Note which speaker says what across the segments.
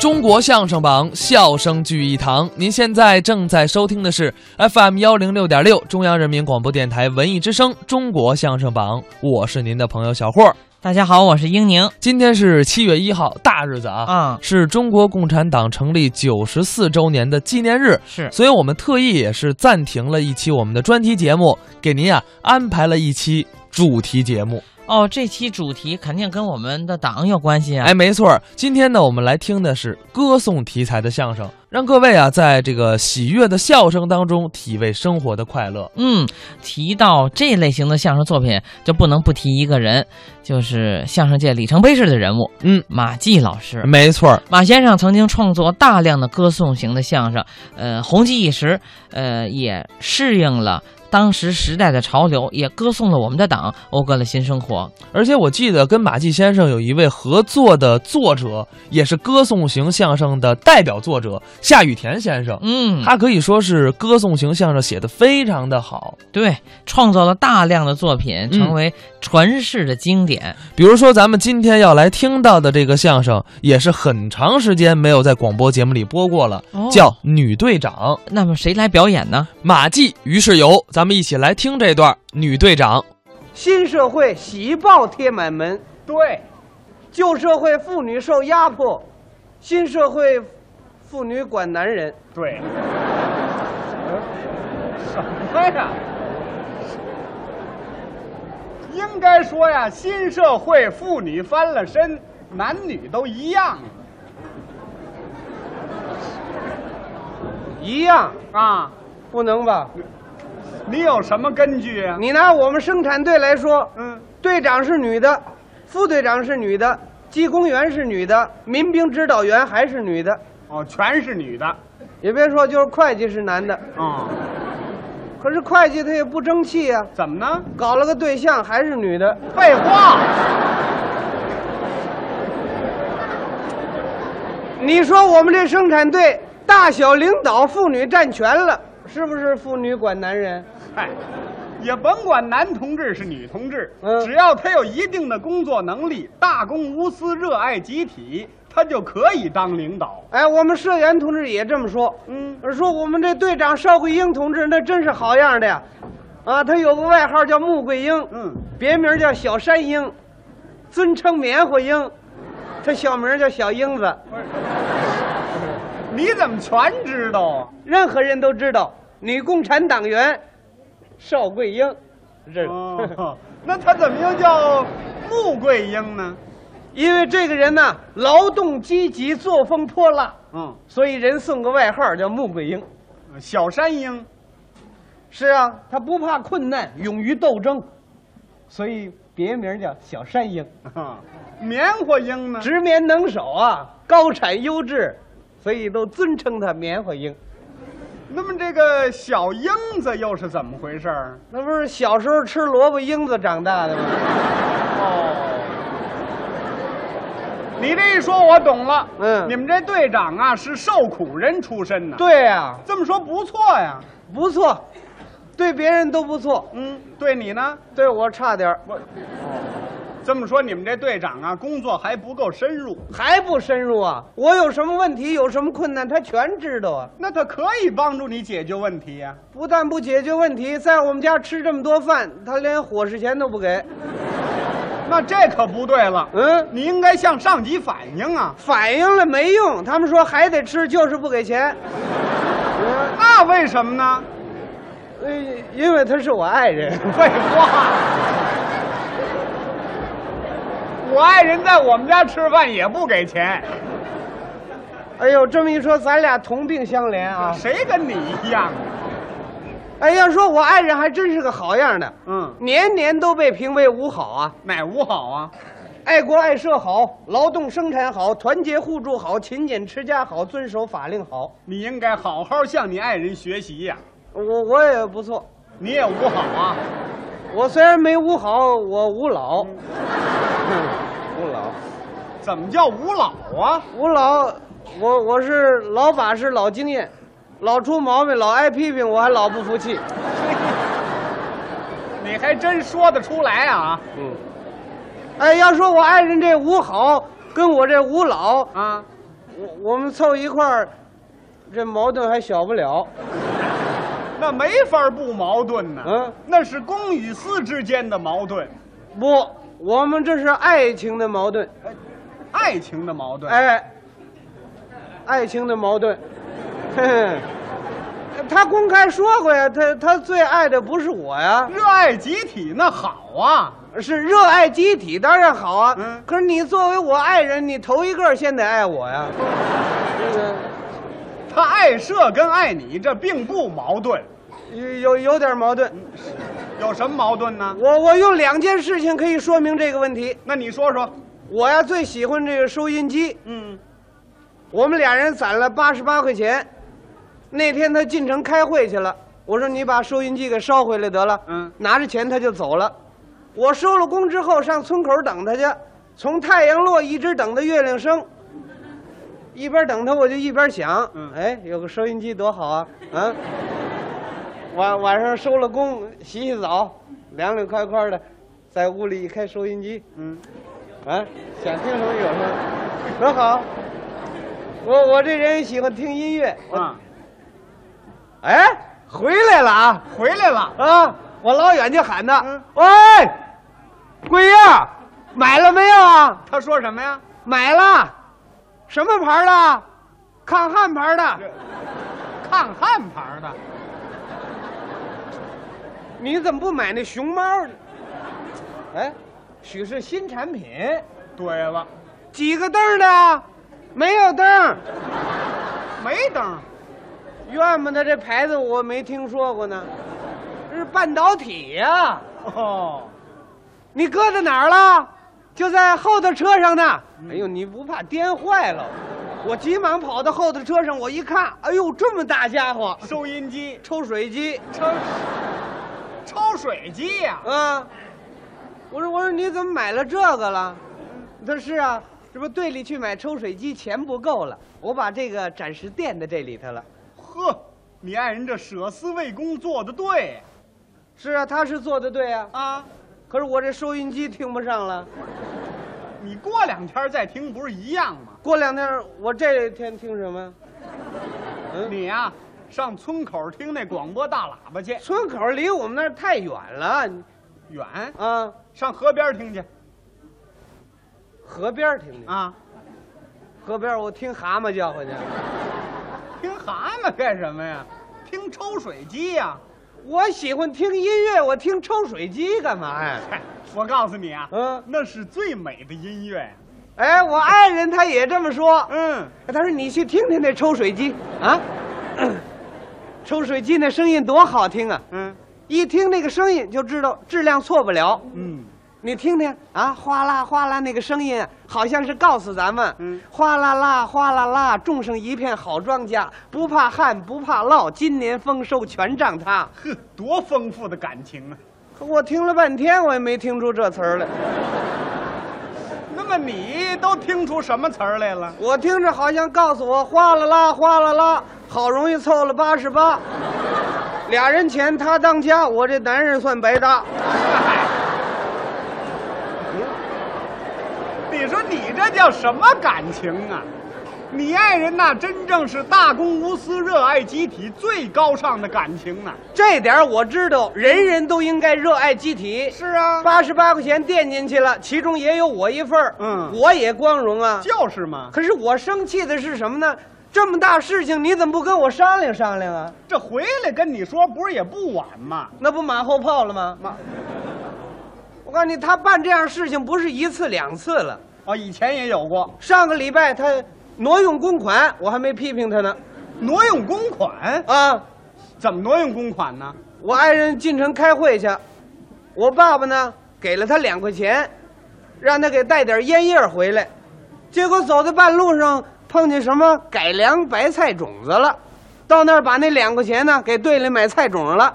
Speaker 1: 中国相声榜，笑声聚一堂。您现在正在收听的是 FM 幺零六点六，中央人民广播电台文艺之声《中国相声榜》，我是您的朋友小霍儿。
Speaker 2: 大家好，我是英宁
Speaker 1: 今天是七月一号，大日子啊，
Speaker 2: 啊，
Speaker 1: 是中国共产党成立九十四周年的纪念日，
Speaker 2: 是
Speaker 1: 所以我们特意也是暂停了一期我们的专题节目，给您啊安排了一期主题节目。
Speaker 2: 哦，这期主题肯定跟我们的党有关系啊。
Speaker 1: 哎，没错儿，今天呢，我们来听的是歌颂题材的相声，让各位啊，在这个喜悦的笑声当中体味生活的快乐。
Speaker 2: 嗯，提到这类型的相声作品，就不能不提一个人，就是相声界里程碑式的人物，
Speaker 1: 嗯，
Speaker 2: 马季老师。
Speaker 1: 没错儿，
Speaker 2: 马先生曾经创作大量的歌颂型的相声，呃，红极一时，呃，也适应了当时时代的潮流，也歌颂了我们的党，讴歌了新生活。
Speaker 1: 而且我记得跟马季先生有一位合作的作者，也是歌颂型相声的代表作者夏雨田先生。
Speaker 2: 嗯，
Speaker 1: 他可以说是歌颂型相声写得非常的好，
Speaker 2: 对，创造了大量的作品，成
Speaker 1: 嗯
Speaker 2: 为传世的经典。
Speaker 1: 比如说咱们今天要来听到的这个相声，也是很长时间没有在广播节目里播过了，
Speaker 2: 哦
Speaker 1: 叫《女队长》。
Speaker 2: 那么谁来表演呢？
Speaker 1: 马季于是由，咱们一起来听这段女队长。
Speaker 3: 新社会喜报贴满门，
Speaker 4: 对，
Speaker 3: 旧社会妇女受压迫，新社会妇女管男人。
Speaker 4: 对。什么呀？应该说呀，新社会妇女翻了身，男女都一样
Speaker 3: 一样，
Speaker 4: 啊。
Speaker 3: 不能吧？
Speaker 4: 你有什么根据啊？
Speaker 3: 你拿我们生产队来说，
Speaker 4: 嗯，
Speaker 3: 队长是女的，副队长是女的，技工员是女的，民兵指导员还是女的，
Speaker 4: 哦，全是女的啊、
Speaker 3: 也别说就是会计是男的。
Speaker 4: 哦
Speaker 3: 可是会计他也不争气呀、
Speaker 4: 怎么呢？
Speaker 3: 搞了个对象还是女的，
Speaker 4: 废话，
Speaker 3: 你说我们这生产队大小领导妇女占全了，是不是妇女管男人？
Speaker 4: 嗨，也甭管男同志是女同志，
Speaker 3: 嗯
Speaker 4: 只要他有一定的工作能力，大公无私，热爱集体，他就可以当领导。
Speaker 3: 哎，我们社员同志也这么说，
Speaker 4: 嗯，
Speaker 3: 说我们这队长邵桂英同志那真是好样的呀，啊，他有个外号叫穆桂英，
Speaker 4: 嗯，
Speaker 3: 别名叫小山鹰，尊称棉花鹰，他小名叫小英子，
Speaker 4: 你怎么全知道 啊？
Speaker 3: 任何人都知道女共产党员邵桂英，这是、
Speaker 4: 哦，那他怎么又叫穆桂英呢？
Speaker 3: 因为这个人呢劳动积极，作风泼辣，
Speaker 4: 嗯，
Speaker 3: 所以人送个外号叫穆桂英。
Speaker 4: 小山鹰，
Speaker 3: 是啊，他不怕困难，勇于斗争，所以别名叫小山鹰。
Speaker 4: 啊棉花鹰呢？
Speaker 3: 直棉能手啊，高产优质，所以都尊称他棉花鹰。
Speaker 4: 那么这个小英子又是怎么回事儿？
Speaker 3: 那不是小时候吃萝卜缨子长大的吗？
Speaker 4: 哦，你这一说，我懂了。
Speaker 3: 嗯
Speaker 4: 你们这队长啊，是受苦人出身呐。，
Speaker 3: 对呀、
Speaker 4: 这么说不错呀。
Speaker 3: 不错，对别人都不错，
Speaker 4: 嗯，对你呢？
Speaker 3: 对我差点儿
Speaker 4: 我，这么说你们这队长啊，工作还不够深入，
Speaker 3: 还不深入啊！我有什么问题，有什么困难，他全知道啊！
Speaker 4: 那他可以帮助你解决问题呀、
Speaker 3: 不但不解决问题，在我们家吃这么多饭，他连伙食钱都不给。
Speaker 4: 那这可不对了。
Speaker 3: 嗯，
Speaker 4: 你应该向上级反映啊！
Speaker 3: 反映了没用，他们说还得吃，就是不给钱。嗯，
Speaker 4: 那为什么 呢？
Speaker 3: 呃因为他是我爱人。
Speaker 4: 废话，我爱人在我们家吃饭也不给钱，
Speaker 3: 哎呦，这么一说，咱俩同病相怜啊！
Speaker 4: 谁跟你一样啊？
Speaker 3: 哎，要说我爱人还真是个好样的，
Speaker 4: 嗯，
Speaker 3: 年年都被评为五好啊，
Speaker 4: 哪屋好啊？
Speaker 3: 爱国爱社好，劳动生产好，团结互助好，勤俭持家好，遵守法令好。
Speaker 4: 你应该好好向你爱人学习呀、
Speaker 3: 我我也不错，
Speaker 4: 你也五好啊？
Speaker 3: 我虽然没五好，我五老，五老，
Speaker 4: 怎么叫五老啊？
Speaker 3: 五老，我我是老把式、老经验，老出毛病，老挨批评，我还老不服气。
Speaker 4: 你还真说得出来啊？
Speaker 3: 嗯，哎，要说我爱人这五好跟我这五老
Speaker 4: 啊，
Speaker 3: 我我们凑一块儿，这矛盾还小不了。
Speaker 4: 那没法不矛盾呢。
Speaker 3: 嗯
Speaker 4: 那是公与私之间的矛盾，
Speaker 3: 不，我们这是爱情的矛盾，
Speaker 4: 爱情的矛盾。，
Speaker 3: 哎，爱情的矛盾。 嘿嘿他公开说过呀，他他最爱的不是我呀，
Speaker 4: 热爱集体那好啊。
Speaker 3: 是热爱集体，当然好啊。
Speaker 4: 嗯
Speaker 3: 可是你作为我爱人，你头一个先得爱我呀。 这个
Speaker 4: 他爱社跟爱你这并不矛盾，
Speaker 3: 有有有点矛盾，
Speaker 4: 有什么矛盾呢？
Speaker 3: 我我用两件事情可以说明这个问题。
Speaker 4: 那你说说。
Speaker 3: 我呀最喜欢这个收音机，
Speaker 4: 嗯，
Speaker 3: 我们俩人攒了八十八块钱。那天他进城开会去了，我说你把收音机给捎回来得了。
Speaker 4: 嗯
Speaker 3: 拿着钱他就走了。我收了工之后上村口等他去，从太阳落一直等到月亮升。一边等他，我就一边想，
Speaker 4: 嗯
Speaker 3: 哎，有个收音机多好啊！啊，晚晚上收了工，洗洗澡，凉凉快快的，在屋里一开收音机，
Speaker 4: 嗯，
Speaker 3: 啊，想听什么有什么，多好。我我这人喜欢听音乐，我
Speaker 4: 啊，
Speaker 3: 哎，回来了啊
Speaker 4: 回来了。
Speaker 3: 啊！我老远就喊他，
Speaker 4: 嗯
Speaker 3: 喂，桂英，买了没有啊？
Speaker 4: 他说什么呀？
Speaker 3: 买了，什么牌儿的？抗旱牌儿的。
Speaker 4: 抗旱牌的。
Speaker 3: 你怎么不买那熊猫呢？哎，许是新产品，
Speaker 4: 对了，
Speaker 3: 几个灯儿的？没有灯儿，
Speaker 4: 没灯儿。
Speaker 3: 怨不得这牌子我没听说过呢。这是半导体呀、
Speaker 4: 哦，
Speaker 3: 你搁在哪儿了？就在后头车上呢。哎呦，你不怕颠坏了？我急忙跑到后头车上，我一看，哎呦，这么大家伙，
Speaker 4: 收音机，
Speaker 3: 抽水机
Speaker 4: 抽抽水机呀、
Speaker 3: 啊！我说我说你怎么买了这个了？他说是啊，这不队里去买抽水机钱不够了，我把这个暂时垫在这里头了。
Speaker 4: 呵，你爱人这舍私为公做的对
Speaker 3: 是啊，他是做的对啊，
Speaker 4: 啊。
Speaker 3: 可是我这收音机听不上了。
Speaker 4: 你过两天再听不是一样吗？
Speaker 3: 过两天我这天听什么呀？嗯
Speaker 4: 你呀、上村口听那广播大喇叭去，
Speaker 3: 村口离我们那儿太远了你
Speaker 4: 远，
Speaker 3: 啊。
Speaker 4: 上河边听去
Speaker 3: 河边儿听的，
Speaker 4: 啊。
Speaker 3: 河边儿我听蛤蟆叫唤去。
Speaker 4: 听蛤蟆干什么呀？听抽水机呀、
Speaker 3: 我喜欢听音乐，我听抽水机干嘛呀？
Speaker 4: 嗨，我告诉你啊，
Speaker 3: 嗯，
Speaker 4: 那是最美的音乐。
Speaker 3: 哎，我爱人他也这么说，
Speaker 4: 嗯，
Speaker 3: 他说你去听听那抽水机啊， 抽水机那声音多好听啊！
Speaker 4: 嗯
Speaker 3: 一听那个声音就知道质量错不了。
Speaker 4: 嗯，
Speaker 3: 你听听啊，哗啦哗啦那个声音啊，好像是告诉咱们，
Speaker 4: 嗯
Speaker 3: 哗啦啦哗啦啦，种上一片好庄稼，不怕旱不怕涝，今年丰收全仗它。
Speaker 4: 呵，多丰富的感情啊！
Speaker 3: 可我听了半天，我也没听出这词儿来。
Speaker 4: 那么你都听出什么词儿来了？
Speaker 3: 我听着好像告诉我哗啦啦哗啦啦，好容易凑了八十八，俩人钱他当家，我这男人算白搭。
Speaker 4: 嗨，你说你这叫什么感情啊？你爱人那真正是大公无私、热爱集体最高尚的感情呢、
Speaker 3: 这点儿我知道，人人都应该热爱集体。
Speaker 4: 是啊
Speaker 3: 八十八块钱垫进去了，其中也有我一份儿
Speaker 4: 嗯
Speaker 3: 我也光荣啊。
Speaker 4: 就是嘛，
Speaker 3: 可是我生气的是什么呢？这么大事情，你怎么不跟我商量商量啊？
Speaker 4: 这回来跟你说不是也不晚吗？
Speaker 3: 那不马后炮了吗？
Speaker 4: 妈，
Speaker 3: 我告诉你，他办这样事情不是一次两次了。
Speaker 4: 哦，以前也有过
Speaker 3: 上个礼拜他挪用公款，我还没批评他呢。
Speaker 4: 挪用公款，
Speaker 3: 啊，
Speaker 4: 怎么挪用公款呢？
Speaker 3: 我爱人进城开会去，我爸爸呢给了他两块钱，让他给带点烟叶回来。结果走在半路上碰见什么改良白菜种子了，到那儿把那两块钱呢给队里买菜种了。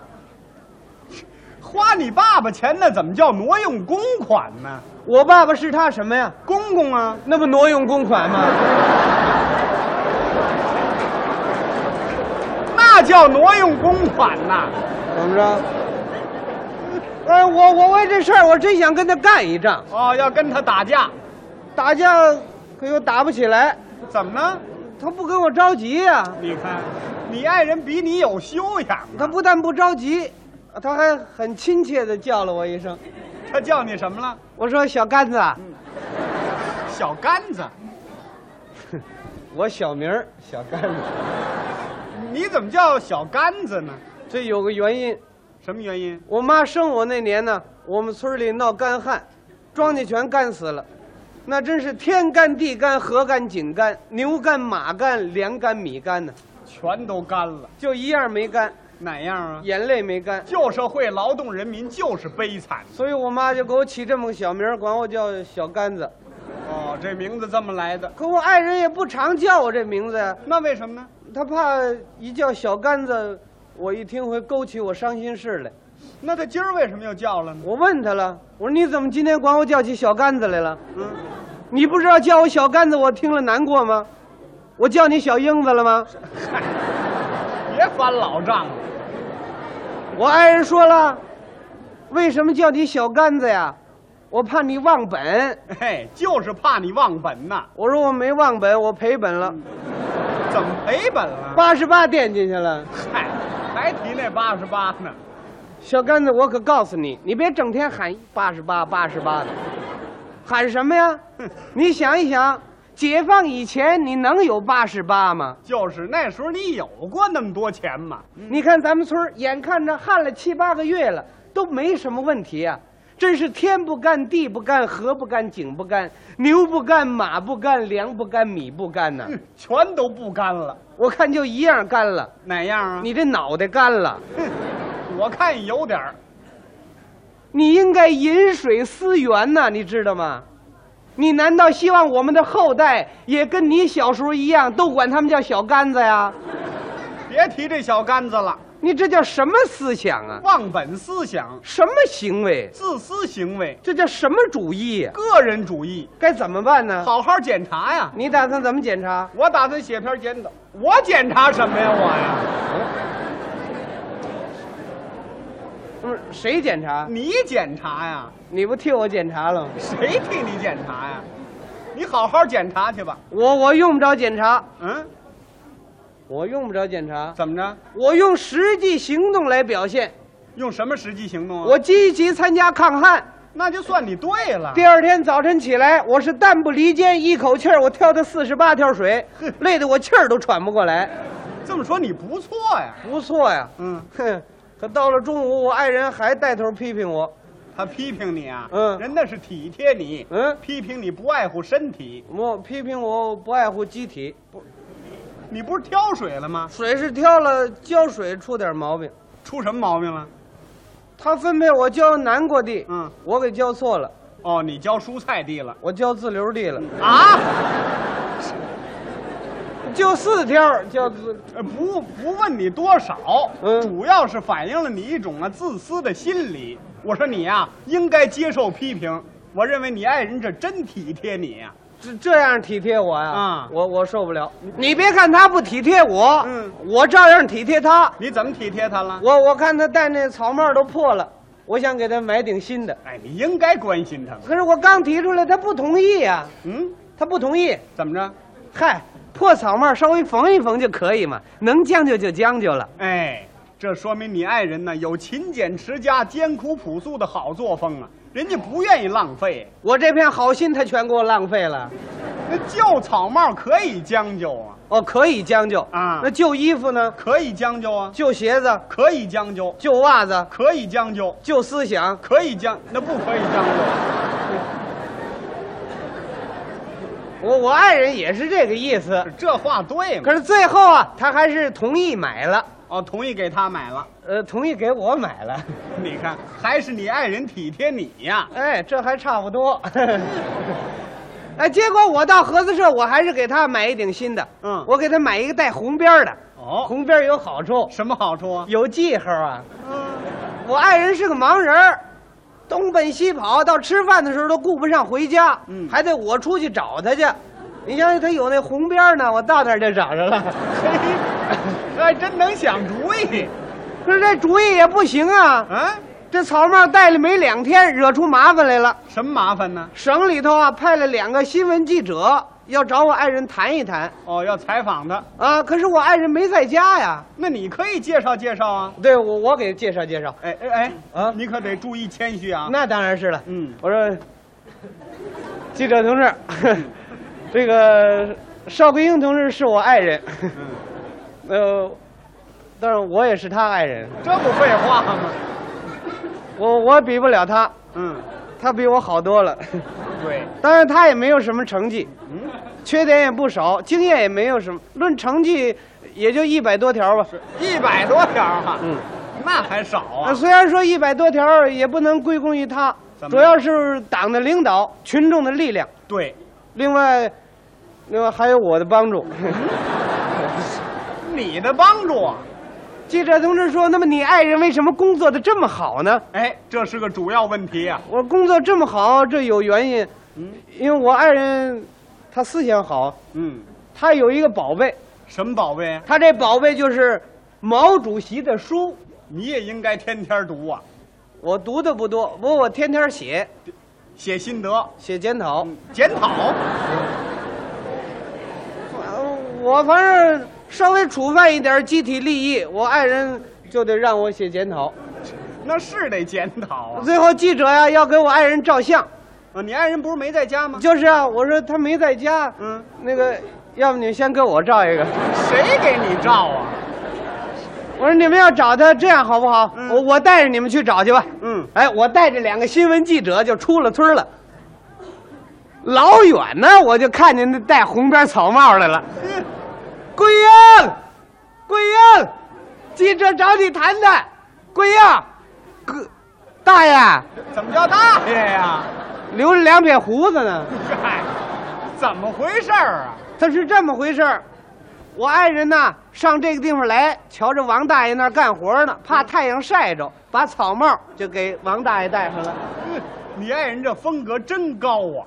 Speaker 4: 花你爸爸钱那怎么叫挪用公款呢？
Speaker 3: 我爸爸是他什么呀？
Speaker 4: 公公啊，
Speaker 3: 那不挪用公款吗？
Speaker 4: 那叫挪用公款呐、
Speaker 3: 怎么着？哎，我我为这事儿我真想跟他干一仗，
Speaker 4: 哦，要跟他打架，
Speaker 3: 打架可又打不起来。
Speaker 4: 怎么呢？
Speaker 3: 他不跟我着急呀、
Speaker 4: 你看，你爱人比你有修养，
Speaker 3: 他不但不着急，他还很亲切的叫了我一声。
Speaker 4: 他叫你什么了？
Speaker 3: 我说：“小杆子，啊，
Speaker 4: 小杆子，
Speaker 3: 我小名儿小杆子。
Speaker 4: 你怎么叫小杆子呢？”
Speaker 3: 这有个原因，
Speaker 4: 什么原因？
Speaker 3: 我妈生我那年呢，我们村里闹干旱，庄稼全干死了，那真是天干地干河干井干牛干马干粮干米干呢，
Speaker 4: 全都干了，
Speaker 3: 就一样没干，
Speaker 4: 哪样啊？
Speaker 3: 眼泪没干。
Speaker 4: 旧社会劳动人民就是悲惨。
Speaker 3: 所以我妈就给我起这么个小名儿，管我叫小杆子。
Speaker 4: 哦，这名字这么来的，
Speaker 3: 可我爱人也不常叫我这名字呀，
Speaker 4: 那为什么呢？
Speaker 3: 他怕一叫小杆子，我一听会勾起我伤心事来。
Speaker 4: 那他今儿为什么又叫了呢？
Speaker 3: 我问他了，我说你怎么今天管我叫起小杆子来了？
Speaker 4: 嗯，
Speaker 3: 你不知道叫我小杆子，我听了难过吗？我叫你小英子了吗？
Speaker 4: 别翻老账了。
Speaker 3: 我爱人说了，为什么叫你小杆子呀？我怕你忘本。
Speaker 4: 嘿，就是怕你忘本呐。
Speaker 3: 我说我没忘本，我赔本了，
Speaker 4: 怎么赔本了？
Speaker 3: 八十八垫进去了。
Speaker 4: 嗨，还提那八十八呢？
Speaker 3: 小杆子，我可告诉你，你别整天喊八十八八十八的，喊什么呀？你想一想，解放以前你能有八十八吗？
Speaker 4: 就是那时候你有过那么多钱吗？
Speaker 3: 你看咱们村儿眼看着旱了七八个月了，都没什么问题呀、真是天不干地不干河不干井不干牛不干马不干粮不干米不干
Speaker 4: 嗯
Speaker 3: 呐、
Speaker 4: 全都不干了，
Speaker 3: 我看就一样干了，
Speaker 4: 哪样啊？
Speaker 3: 你这脑袋干了，
Speaker 4: 我看有点儿。
Speaker 3: 你应该饮水思源呐、你知道吗？你难道希望我们的后代也跟你小时候一样，都管他们叫小杆子呀？
Speaker 4: 别提这小杆子了，
Speaker 3: 你这叫什么思想啊？
Speaker 4: 忘本思想、
Speaker 3: 什么行为？
Speaker 4: 自私行为、
Speaker 3: 这叫什么主义呀、
Speaker 4: 个人主义，
Speaker 3: 该怎么办呢？
Speaker 4: 好好检查呀！
Speaker 3: 你打算怎么检查？
Speaker 4: 我打算写篇检讨，我检查什么呀？我呀，
Speaker 3: 不是谁检查？
Speaker 4: 你检查呀？
Speaker 3: 你不替我检查了吗？
Speaker 4: 谁替你检查呀？你好好检查去吧。
Speaker 3: 我我用不着检查，
Speaker 4: 嗯，
Speaker 3: 我用不着检查，
Speaker 4: 怎么着？
Speaker 3: 我用实际行动来表现。
Speaker 4: 用什么实际行动啊？
Speaker 3: 我积极参加抗旱，
Speaker 4: 那就算你对了。
Speaker 3: 第二天早晨起来，我是弹不离肩，一口气儿我跳到四十八跳水，累得我气儿都喘不过来。
Speaker 4: 这么说你不错呀。
Speaker 3: 不错呀，
Speaker 4: 嗯，
Speaker 3: 哼。可到了中午，我爱人还带头批评我，
Speaker 4: 他批评你啊，
Speaker 3: 嗯
Speaker 4: 人那是体贴你，
Speaker 3: 嗯，
Speaker 4: 批评你不爱护身体。
Speaker 3: 我批评我不爱护机体，
Speaker 4: 你不是挑水了吗？
Speaker 3: 水是挑了，浇水出点毛病。
Speaker 4: 出什么毛病了？
Speaker 3: 他分配我浇南瓜地，
Speaker 4: 嗯，
Speaker 3: 我给浇错了，
Speaker 4: 哦，你浇蔬菜地了
Speaker 3: 我浇自留地了，
Speaker 4: 啊？
Speaker 3: 就四条，浇自
Speaker 4: 呃不不问你多少，
Speaker 3: 嗯
Speaker 4: 主要是反映了你一种啊自私的心理。我说你呀、啊应该接受批评。我认为你爱人这真体贴你啊呀、
Speaker 3: 这这样体贴我呀，
Speaker 4: 啊
Speaker 3: 我我受不了。你别看他不体贴我，
Speaker 4: 嗯
Speaker 3: 我照样体贴他。
Speaker 4: 你怎么体贴他了？
Speaker 3: 我我看他戴那草帽都破了，我想给他买顶新的，
Speaker 4: 哎，你应该关心他们。
Speaker 3: 可是我刚提出来，他不同意呀、
Speaker 4: 嗯，
Speaker 3: 他不同意。
Speaker 4: 怎么着？
Speaker 3: 嗨，破草帽稍微缝一缝就可以嘛，能将就就将就了。
Speaker 4: 哎，这说明你爱人呢有勤俭持家、艰苦朴素的好作风啊，人家不愿意浪费。
Speaker 3: 我这片好心他全给我浪费了。
Speaker 4: 那旧草帽可以将就啊，
Speaker 3: 哦，可以将就
Speaker 4: 啊
Speaker 3: 那旧衣服呢？
Speaker 4: 可以将就啊，
Speaker 3: 旧鞋子、
Speaker 4: 可以将就，
Speaker 3: 旧袜子、
Speaker 4: 可以将就，
Speaker 3: 旧思想，
Speaker 4: 可以将，那不可以将就。
Speaker 3: 我我爱人也是这个意思。
Speaker 4: 这话对吗？
Speaker 3: 可是最后啊，他还是同意买了，
Speaker 4: 哦，同意给他买了。
Speaker 3: 呃，同意给我买了。
Speaker 4: 你看，还是你爱人体贴你呀。
Speaker 3: 哎，这还差不多。 哎，结果我到合资社，我还是给他买一顶新的。
Speaker 4: 嗯
Speaker 3: 我给他买一个带红边儿的，
Speaker 4: 哦，
Speaker 3: 红边儿有好处，
Speaker 4: 什么好处啊？
Speaker 3: 有记号啊。
Speaker 4: 嗯，
Speaker 3: 我爱人是个盲人儿，东奔西跑，到吃饭的时候都顾不上回家，
Speaker 4: 嗯
Speaker 3: 还得我出去找他去。你想想，他有那红边儿呢，我到那儿就找着 了。
Speaker 4: 嘿，还哎真能想主意
Speaker 3: 可是这主意也不行啊，
Speaker 4: 啊？
Speaker 3: 这草帽戴了没两天，惹出麻烦来了。
Speaker 4: 什么麻烦呢？
Speaker 3: 省里头啊派了两个新闻记者要找我爱人谈一谈
Speaker 4: 哦，要采访他，
Speaker 3: 啊。可是我爱人没在家呀。
Speaker 4: 那你可以介绍介绍啊。
Speaker 3: 对，我我给介绍介绍。
Speaker 4: 哎哎哎，
Speaker 3: 啊
Speaker 4: 你可得注意谦虚啊。
Speaker 3: 那当然是了。
Speaker 4: 嗯
Speaker 3: 我说，记者同志， 这个邵桂英同志是我爱人，呃，但是我也是他爱人，
Speaker 4: 这不废话吗？
Speaker 3: 我我比不了他，
Speaker 4: 嗯，
Speaker 3: 他比我好多了。
Speaker 4: 对，
Speaker 3: 当然，他也没有什么成绩，
Speaker 4: 嗯，
Speaker 3: 缺点也不少，经验也没有什么。论成绩，也就一百多条吧。
Speaker 4: 一百多条啊，
Speaker 3: 嗯，
Speaker 4: 那还少
Speaker 3: 呃
Speaker 4: 啊。
Speaker 3: 虽然说一百多条，也不能归功于他，
Speaker 4: 怎么
Speaker 3: 主要是党的领导、群众的力量，
Speaker 4: 对，
Speaker 3: 另外，另外还有我的帮助。
Speaker 4: 你的帮助啊，
Speaker 3: 记者同志说：“那么你爱人为什么工作的这么好呢
Speaker 4: 哎，这是个主要问题啊呀、？”
Speaker 3: 我说工作这么好，这有原因，
Speaker 4: 嗯
Speaker 3: 因为我爱人，他思想好，
Speaker 4: 嗯，
Speaker 3: 他有一个宝贝，
Speaker 4: 什么宝贝？啊
Speaker 3: 他这宝贝就是毛主席的书。
Speaker 4: 你也应该天天读啊，
Speaker 3: 我读的不多，不过我天天写
Speaker 4: 写心得、
Speaker 3: 写检讨，
Speaker 4: 检讨。
Speaker 3: 呃我反正稍微触犯一点集体利益，我爱人就得让我写检讨。
Speaker 4: 那是得检讨啊！
Speaker 3: 最后记者呀要给我爱人照相，
Speaker 4: 啊你爱人不是没在家吗？
Speaker 3: 就是啊，我说他没在家，
Speaker 4: 嗯，
Speaker 3: 那个，要不你先给我照一个。
Speaker 4: 谁给你照啊？
Speaker 3: 我说你们要找他，这样好不好？
Speaker 4: 嗯
Speaker 3: 我我带着你们去找去吧。
Speaker 4: 嗯，
Speaker 3: 哎，我带着两个新闻记者就出了村了。老远呢，我就看见那戴红边草帽来了。
Speaker 4: 嗯
Speaker 3: 桂英，桂英，记者找你谈谈。桂英，哥，大爷
Speaker 4: 怎么叫大爷呀？
Speaker 3: 留着两撇胡子呢。
Speaker 4: 嗨，怎么回事儿啊？
Speaker 3: 他是这么回事儿，我爱人呐上这个地方来，瞧着王大爷那儿干活呢，怕太阳晒着，把草帽就给王大爷戴上了。
Speaker 4: 嗯你爱人这风格真高啊！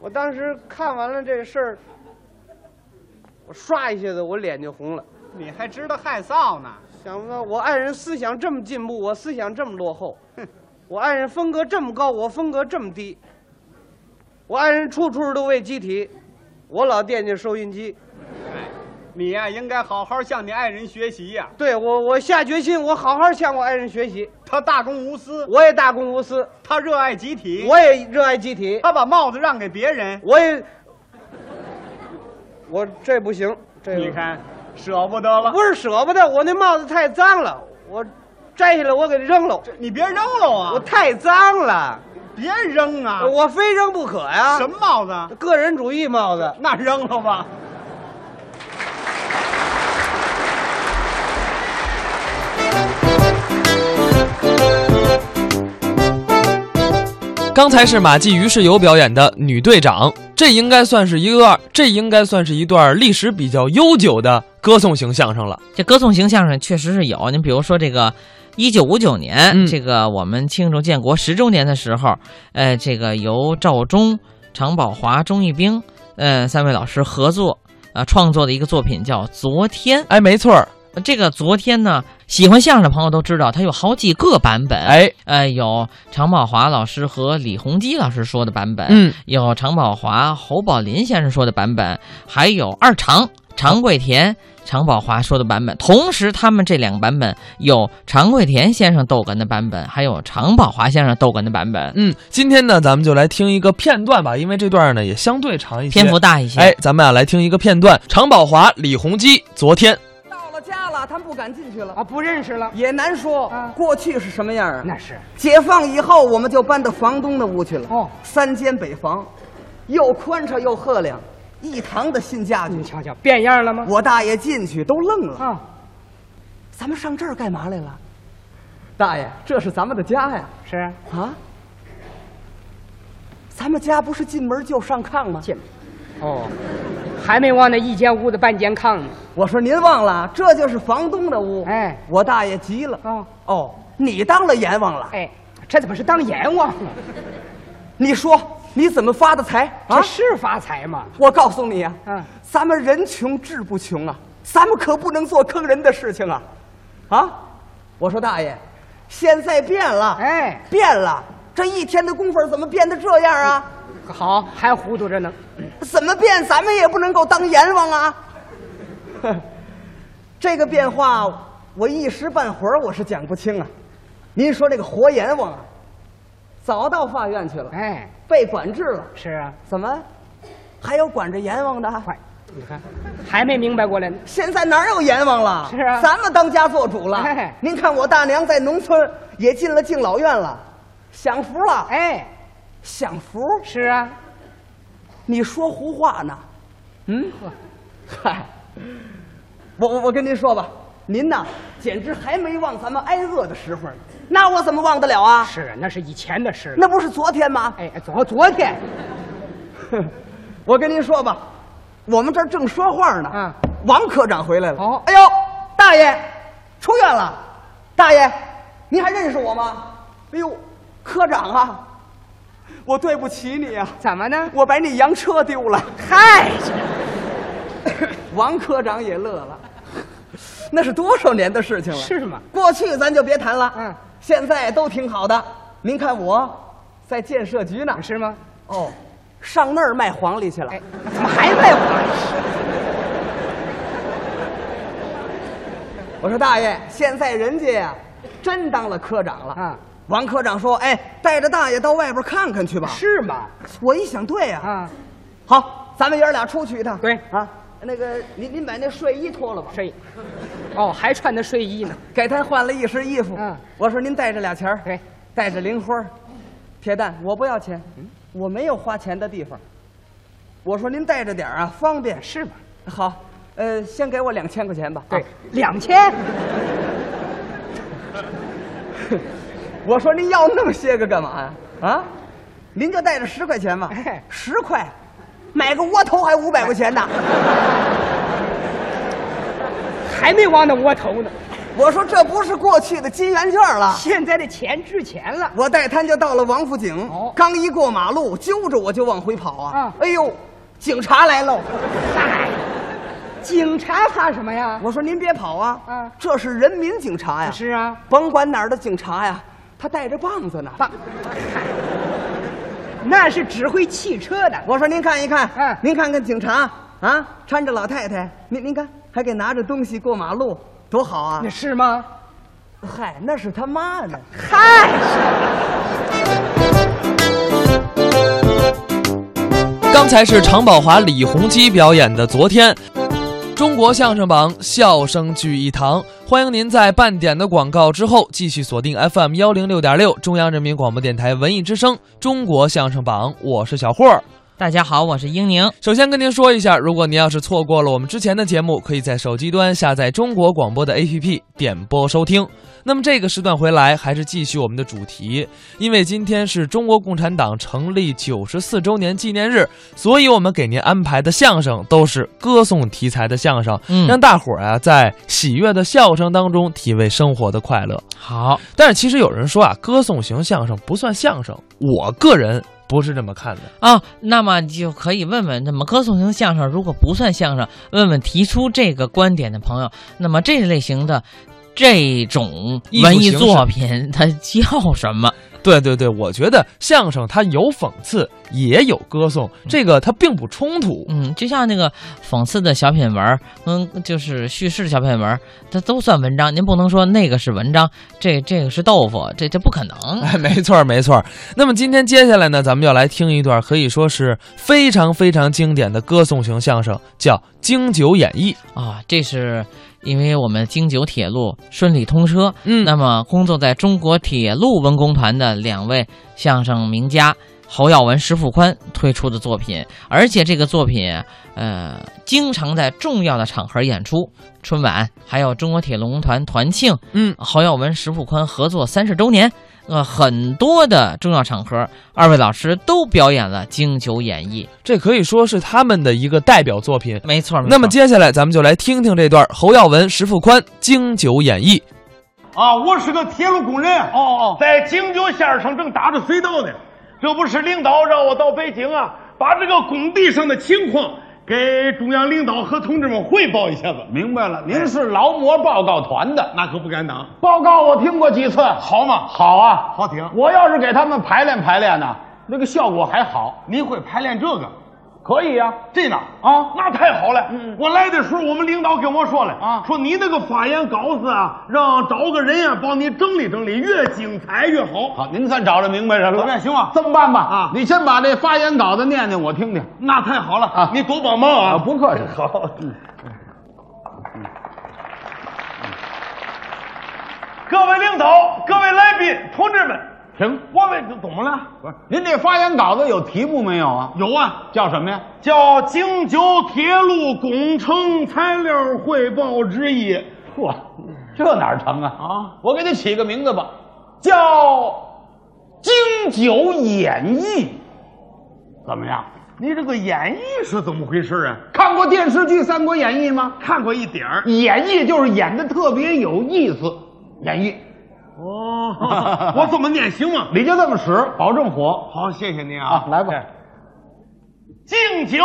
Speaker 3: 我当时看完了这事儿，我唰一下子我脸就红了，
Speaker 4: 你还知道害臊呢？
Speaker 3: 想不到我爱人思想这么进步，我思想这么落后，我爱人风格这么高，我风格这么低，我爱人处处都为集体，我老惦记收音机。
Speaker 4: 你呀、应该好好向你爱人学习呀、
Speaker 3: 对我，我下决心，我好好向我爱人学习，
Speaker 4: 他大公无私，
Speaker 3: 我也大公无私。
Speaker 4: 他热爱集体，
Speaker 3: 我也热爱集体，
Speaker 4: 他把帽子让给别人。
Speaker 3: 我也，我这不行，这个
Speaker 4: 你看，舍不得了，
Speaker 3: 不是舍不得，我那帽子太脏了，我摘下来我给扔了，
Speaker 4: 你别扔了
Speaker 3: 我
Speaker 4: 啊！
Speaker 3: 太脏了，
Speaker 4: 别扔啊！
Speaker 3: 我非扔不可呀、
Speaker 4: 什么帽子？啊
Speaker 3: 个人主义帽 子，
Speaker 4: 那扔了吧。
Speaker 1: 刚才是马季、于世友表演的《女队长》，这应该算是一段，这应该算是一段历史比较悠久的歌颂型相声了。
Speaker 2: 这歌颂型相声确实是有，您比如说这个。一九五九年，
Speaker 1: 嗯
Speaker 2: 这个我们庆祝建国十周年的时候，呃，这个由赵忠、常宝华、钟义兵，呃，三位老师合作，呃，创作的一个作品叫《昨天》。
Speaker 1: 哎，没错儿，
Speaker 2: 呃这个《昨天》呢，喜欢相声的朋友都知道，它有好几个版本。，
Speaker 1: 哎，
Speaker 2: 呃，有常宝华老师和李洪基老师说的版本，
Speaker 1: 嗯，
Speaker 2: 有常宝华、侯宝林先生说的版本，还有二常常贵田、常宝华说的版本。同时，他们这两个版本有常贵田先生逗哏的版本，还有常宝华先生逗哏的版本，
Speaker 1: 嗯，今天呢，咱们就来听一个片段吧，因为这段呢也相对长一些，
Speaker 2: 篇幅大一些。
Speaker 1: 哎，咱们啊来听一个片段，常宝华、李洪基昨天。
Speaker 5: 到了家了，他们不敢进去了
Speaker 3: 啊，不认识了，
Speaker 5: 也难说、过去是什么样啊？
Speaker 3: 那是
Speaker 5: 解放以后，我们就搬到房东的屋去了。
Speaker 3: 哦
Speaker 5: 三间北房，又宽敞又赫亮，一堂的新家具。
Speaker 3: 你瞧瞧变样了吗？
Speaker 5: 我大爷进去都愣了，
Speaker 3: 啊，
Speaker 5: 咱们上这儿干嘛来了？大爷，这是咱们的家呀！
Speaker 3: 是啊
Speaker 5: 啊，咱们家不是进门就上炕吗？
Speaker 3: 进哦，还没忘那一间屋子半间炕呢。
Speaker 5: 我说您忘了，这就是房东的屋。
Speaker 3: 哎
Speaker 5: 我大爷急了。
Speaker 3: 哦
Speaker 5: 哦，你当了阎王了？
Speaker 3: 哎，这怎么是当阎王呢？
Speaker 5: 你说你怎么发的财啊
Speaker 3: 这？是发财吗？
Speaker 5: 我告诉你啊，
Speaker 3: 嗯
Speaker 5: 咱们人穷志不穷啊，咱们可不能做坑人的事情啊，啊！我说大爷，现在变了，
Speaker 3: 哎
Speaker 5: 变了，
Speaker 6: 这一天的功夫儿怎么变得这样啊？
Speaker 3: 好，还糊涂着呢。
Speaker 6: 怎么变？咱们也不能够当阎王啊！ 这个变化，我一时半会儿我是讲不清啊。您说这个活阎王啊，早到法院去了，
Speaker 3: 哎，
Speaker 6: 被管制了，
Speaker 3: 是啊，
Speaker 6: 怎么还有管着阎王的？
Speaker 3: 快，你看，还没明白过来呢。
Speaker 6: 现在哪有阎王了？
Speaker 3: 是啊
Speaker 6: 咱们当家做主了。
Speaker 3: 哎
Speaker 6: 您看我大娘在农村也进了敬老院了，享福了。，
Speaker 3: 哎，
Speaker 6: 享福？
Speaker 3: 是啊，
Speaker 6: 你说胡话呢？
Speaker 3: 嗯，
Speaker 6: 嗨，我我我跟您说吧，您呐，简直还没忘咱们挨饿的时候呢。那我怎么忘得了啊？
Speaker 3: 是啊，那是以前的事了。
Speaker 6: 那不是昨天吗？
Speaker 3: 哎，昨昨天，
Speaker 6: 我跟您说吧，我们这儿正说话呢，
Speaker 3: 啊
Speaker 6: 王科长回来了。
Speaker 3: 哦
Speaker 6: 哎呦，大爷，出院了。大爷，您还认识我吗？哎呦，科长啊，我对不起你啊，
Speaker 3: 怎么呢？
Speaker 6: 我把你洋车丢了。
Speaker 3: 嗨，
Speaker 6: 王科长也 乐了，那是多少年的事情了？
Speaker 3: 是吗
Speaker 6: 过去咱就别谈了，
Speaker 3: 嗯，
Speaker 6: 现在都挺好的。您看我，在建设局呢，
Speaker 3: 是吗？
Speaker 6: 哦，上那儿卖黄历去了。
Speaker 3: 哎，怎么还在我？
Speaker 6: 我说大爷，现在人家呀、真当了科长了。
Speaker 3: 啊，
Speaker 6: 王科长说：“哎，带着大爷到外边看看去吧。”
Speaker 3: 是吗？
Speaker 6: 我一想，对呀、
Speaker 3: 啊，
Speaker 6: 好，咱们爷儿俩出去一趟。
Speaker 3: 对
Speaker 6: 啊，那个您您把那睡衣脱了吧，
Speaker 3: 睡，哦，还穿的睡衣呢。
Speaker 6: 给他换了一身衣服。
Speaker 3: 嗯，
Speaker 6: 我说您带着俩钱儿，
Speaker 3: 对，
Speaker 6: 带着零花儿，铁蛋，我不要钱，
Speaker 3: 嗯
Speaker 6: 我没有花钱的地方。我说您带着点儿啊，方便。
Speaker 3: 是吗？
Speaker 6: 好，呃，先给我两千块钱吧。
Speaker 3: 对
Speaker 6: 啊，
Speaker 3: 两千，
Speaker 6: 我说您要那么些个干嘛呀？啊，您就带着十块钱吧
Speaker 3: 哎，
Speaker 6: 十块，买个窝头还五百块钱呢。
Speaker 3: 还没往那窝头呢。
Speaker 6: 我说这不是过去的金元券了。
Speaker 3: 现在的钱值钱了。
Speaker 6: 我带他就到了王府井，
Speaker 3: 哦
Speaker 6: 刚一过马路，揪着我就往回跑啊！
Speaker 3: 啊
Speaker 6: 哎呦，警察来喽！
Speaker 3: 嗨，警察怕什么呀？
Speaker 6: 我说您别跑啊，
Speaker 3: 啊
Speaker 6: 这是人民警察呀，
Speaker 3: 是啊，
Speaker 6: 甭管哪儿的警察呀，他带着棒子呢。
Speaker 3: 棒，嗨那是指挥汽车的。
Speaker 6: 我说您看一看，
Speaker 3: 嗯
Speaker 6: 您看看警察啊，搀着老太太，您您看还给拿着东西过马路，多好啊
Speaker 3: 那！是吗？
Speaker 6: 嗨，那是他妈呢。
Speaker 3: 嗨，
Speaker 1: 刚才是常宝华、李洪基表演的《昨天》。中国相声榜，笑声聚一堂。欢迎您在半点的广告之后，继续锁定 FM 幺零六点六，中央人民广播电台文艺之声《中国相声榜》，我是小霍儿。
Speaker 2: 大家好，我是英宁。
Speaker 1: 首先跟您说一下，如果您要是错过了我们之前的节目，可以在手机端下载中国广播的 APP 点播收听。那么这个时段回来还是继续我们的主题，因为今天是中国共产党成立九十四周年纪念日，所以我们给您安排的相声都是歌颂题材的相声，
Speaker 2: 嗯
Speaker 1: 让大伙儿啊在喜悦的笑声当中体味生活的快乐。
Speaker 2: 好，
Speaker 1: 但是其实有人说啊，歌颂型相声不算相声，我个人不是这么看的。
Speaker 2: 啊，那么就可以问问，那么歌颂型相声如果不算相声，问问提出这个观点的朋友，那么这类型的这种
Speaker 1: 艺术
Speaker 2: 文艺
Speaker 1: 形式
Speaker 2: 作品，它叫什么？
Speaker 1: 对对对，我觉得相声它有讽刺，也有歌颂，这个它并不冲突。
Speaker 2: 嗯，就像那个讽刺的小品文儿，嗯，就是叙事的小品文儿，它都算文章。您不能说那个是文章，这这个是豆腐，这这不可能。
Speaker 1: 哎，没错儿没错儿。那么今天接下来呢，咱们要来听一段可以说是非常非常经典的歌颂型相声，叫《京九演义》。
Speaker 2: 啊，这是因为我们京九铁路顺利通车，
Speaker 1: 嗯
Speaker 2: 那么工作在中国铁路文工团的两位相声名家侯耀文、石富宽推出的作品，而且这个作品呃经常在重要的场合演出，春晚还有中国铁路文工团团庆，
Speaker 1: 嗯，
Speaker 2: 侯耀文、石富宽合作三十周年。呃，很多的重要场合，二位老师都表演了《京九演义
Speaker 1: 这可以说是他们的一个代表作品》。。
Speaker 2: 没错，没错
Speaker 1: 那么接下来咱们就来听听这段侯耀文、石富宽《京九演义》。
Speaker 7: 啊，我是个铁路工人。
Speaker 8: 哦哦
Speaker 7: 在京九线上正打着隧道呢。这不是领导让我到北京啊，把这个工地上的情况
Speaker 4: 给中央领导和同志们汇报一下子。明白了，您是劳模报告团的，那可不敢当。报告我听过几次，好嘛，好啊，好听。我要是给他们排练排练呢，那个效果还好。您会排练这个？可以呀、这呢啊，那太好了。我来的时候，我们领导跟我说了啊，说你那个发言稿子啊，让找个人呀、啊帮你整理整理，越精彩越好。好，您算找着明白人了，怎么样？行吗？这么办吧啊，你先把这发言稿子念念我听听。那太好了啊，你多帮忙啊，不客气。好。各位领导，各位来宾，同志们，停！我们怎么了？不是，您这发言稿子有题目没有啊？有啊，叫什么呀？叫《京九铁路工程材料汇报之一》。嚯，这哪儿成啊？啊，我给你起个名字吧，叫《京九演义》。怎么样？你这个演绎是怎么回事啊？看过电视剧《三国演义》吗？看过一点儿。演绎就是演的特别有意思，演绎。哦 我这么念行吗？你就这么使，保证火。好，谢谢您啊，来吧。
Speaker 9: 哎
Speaker 4: 敬酒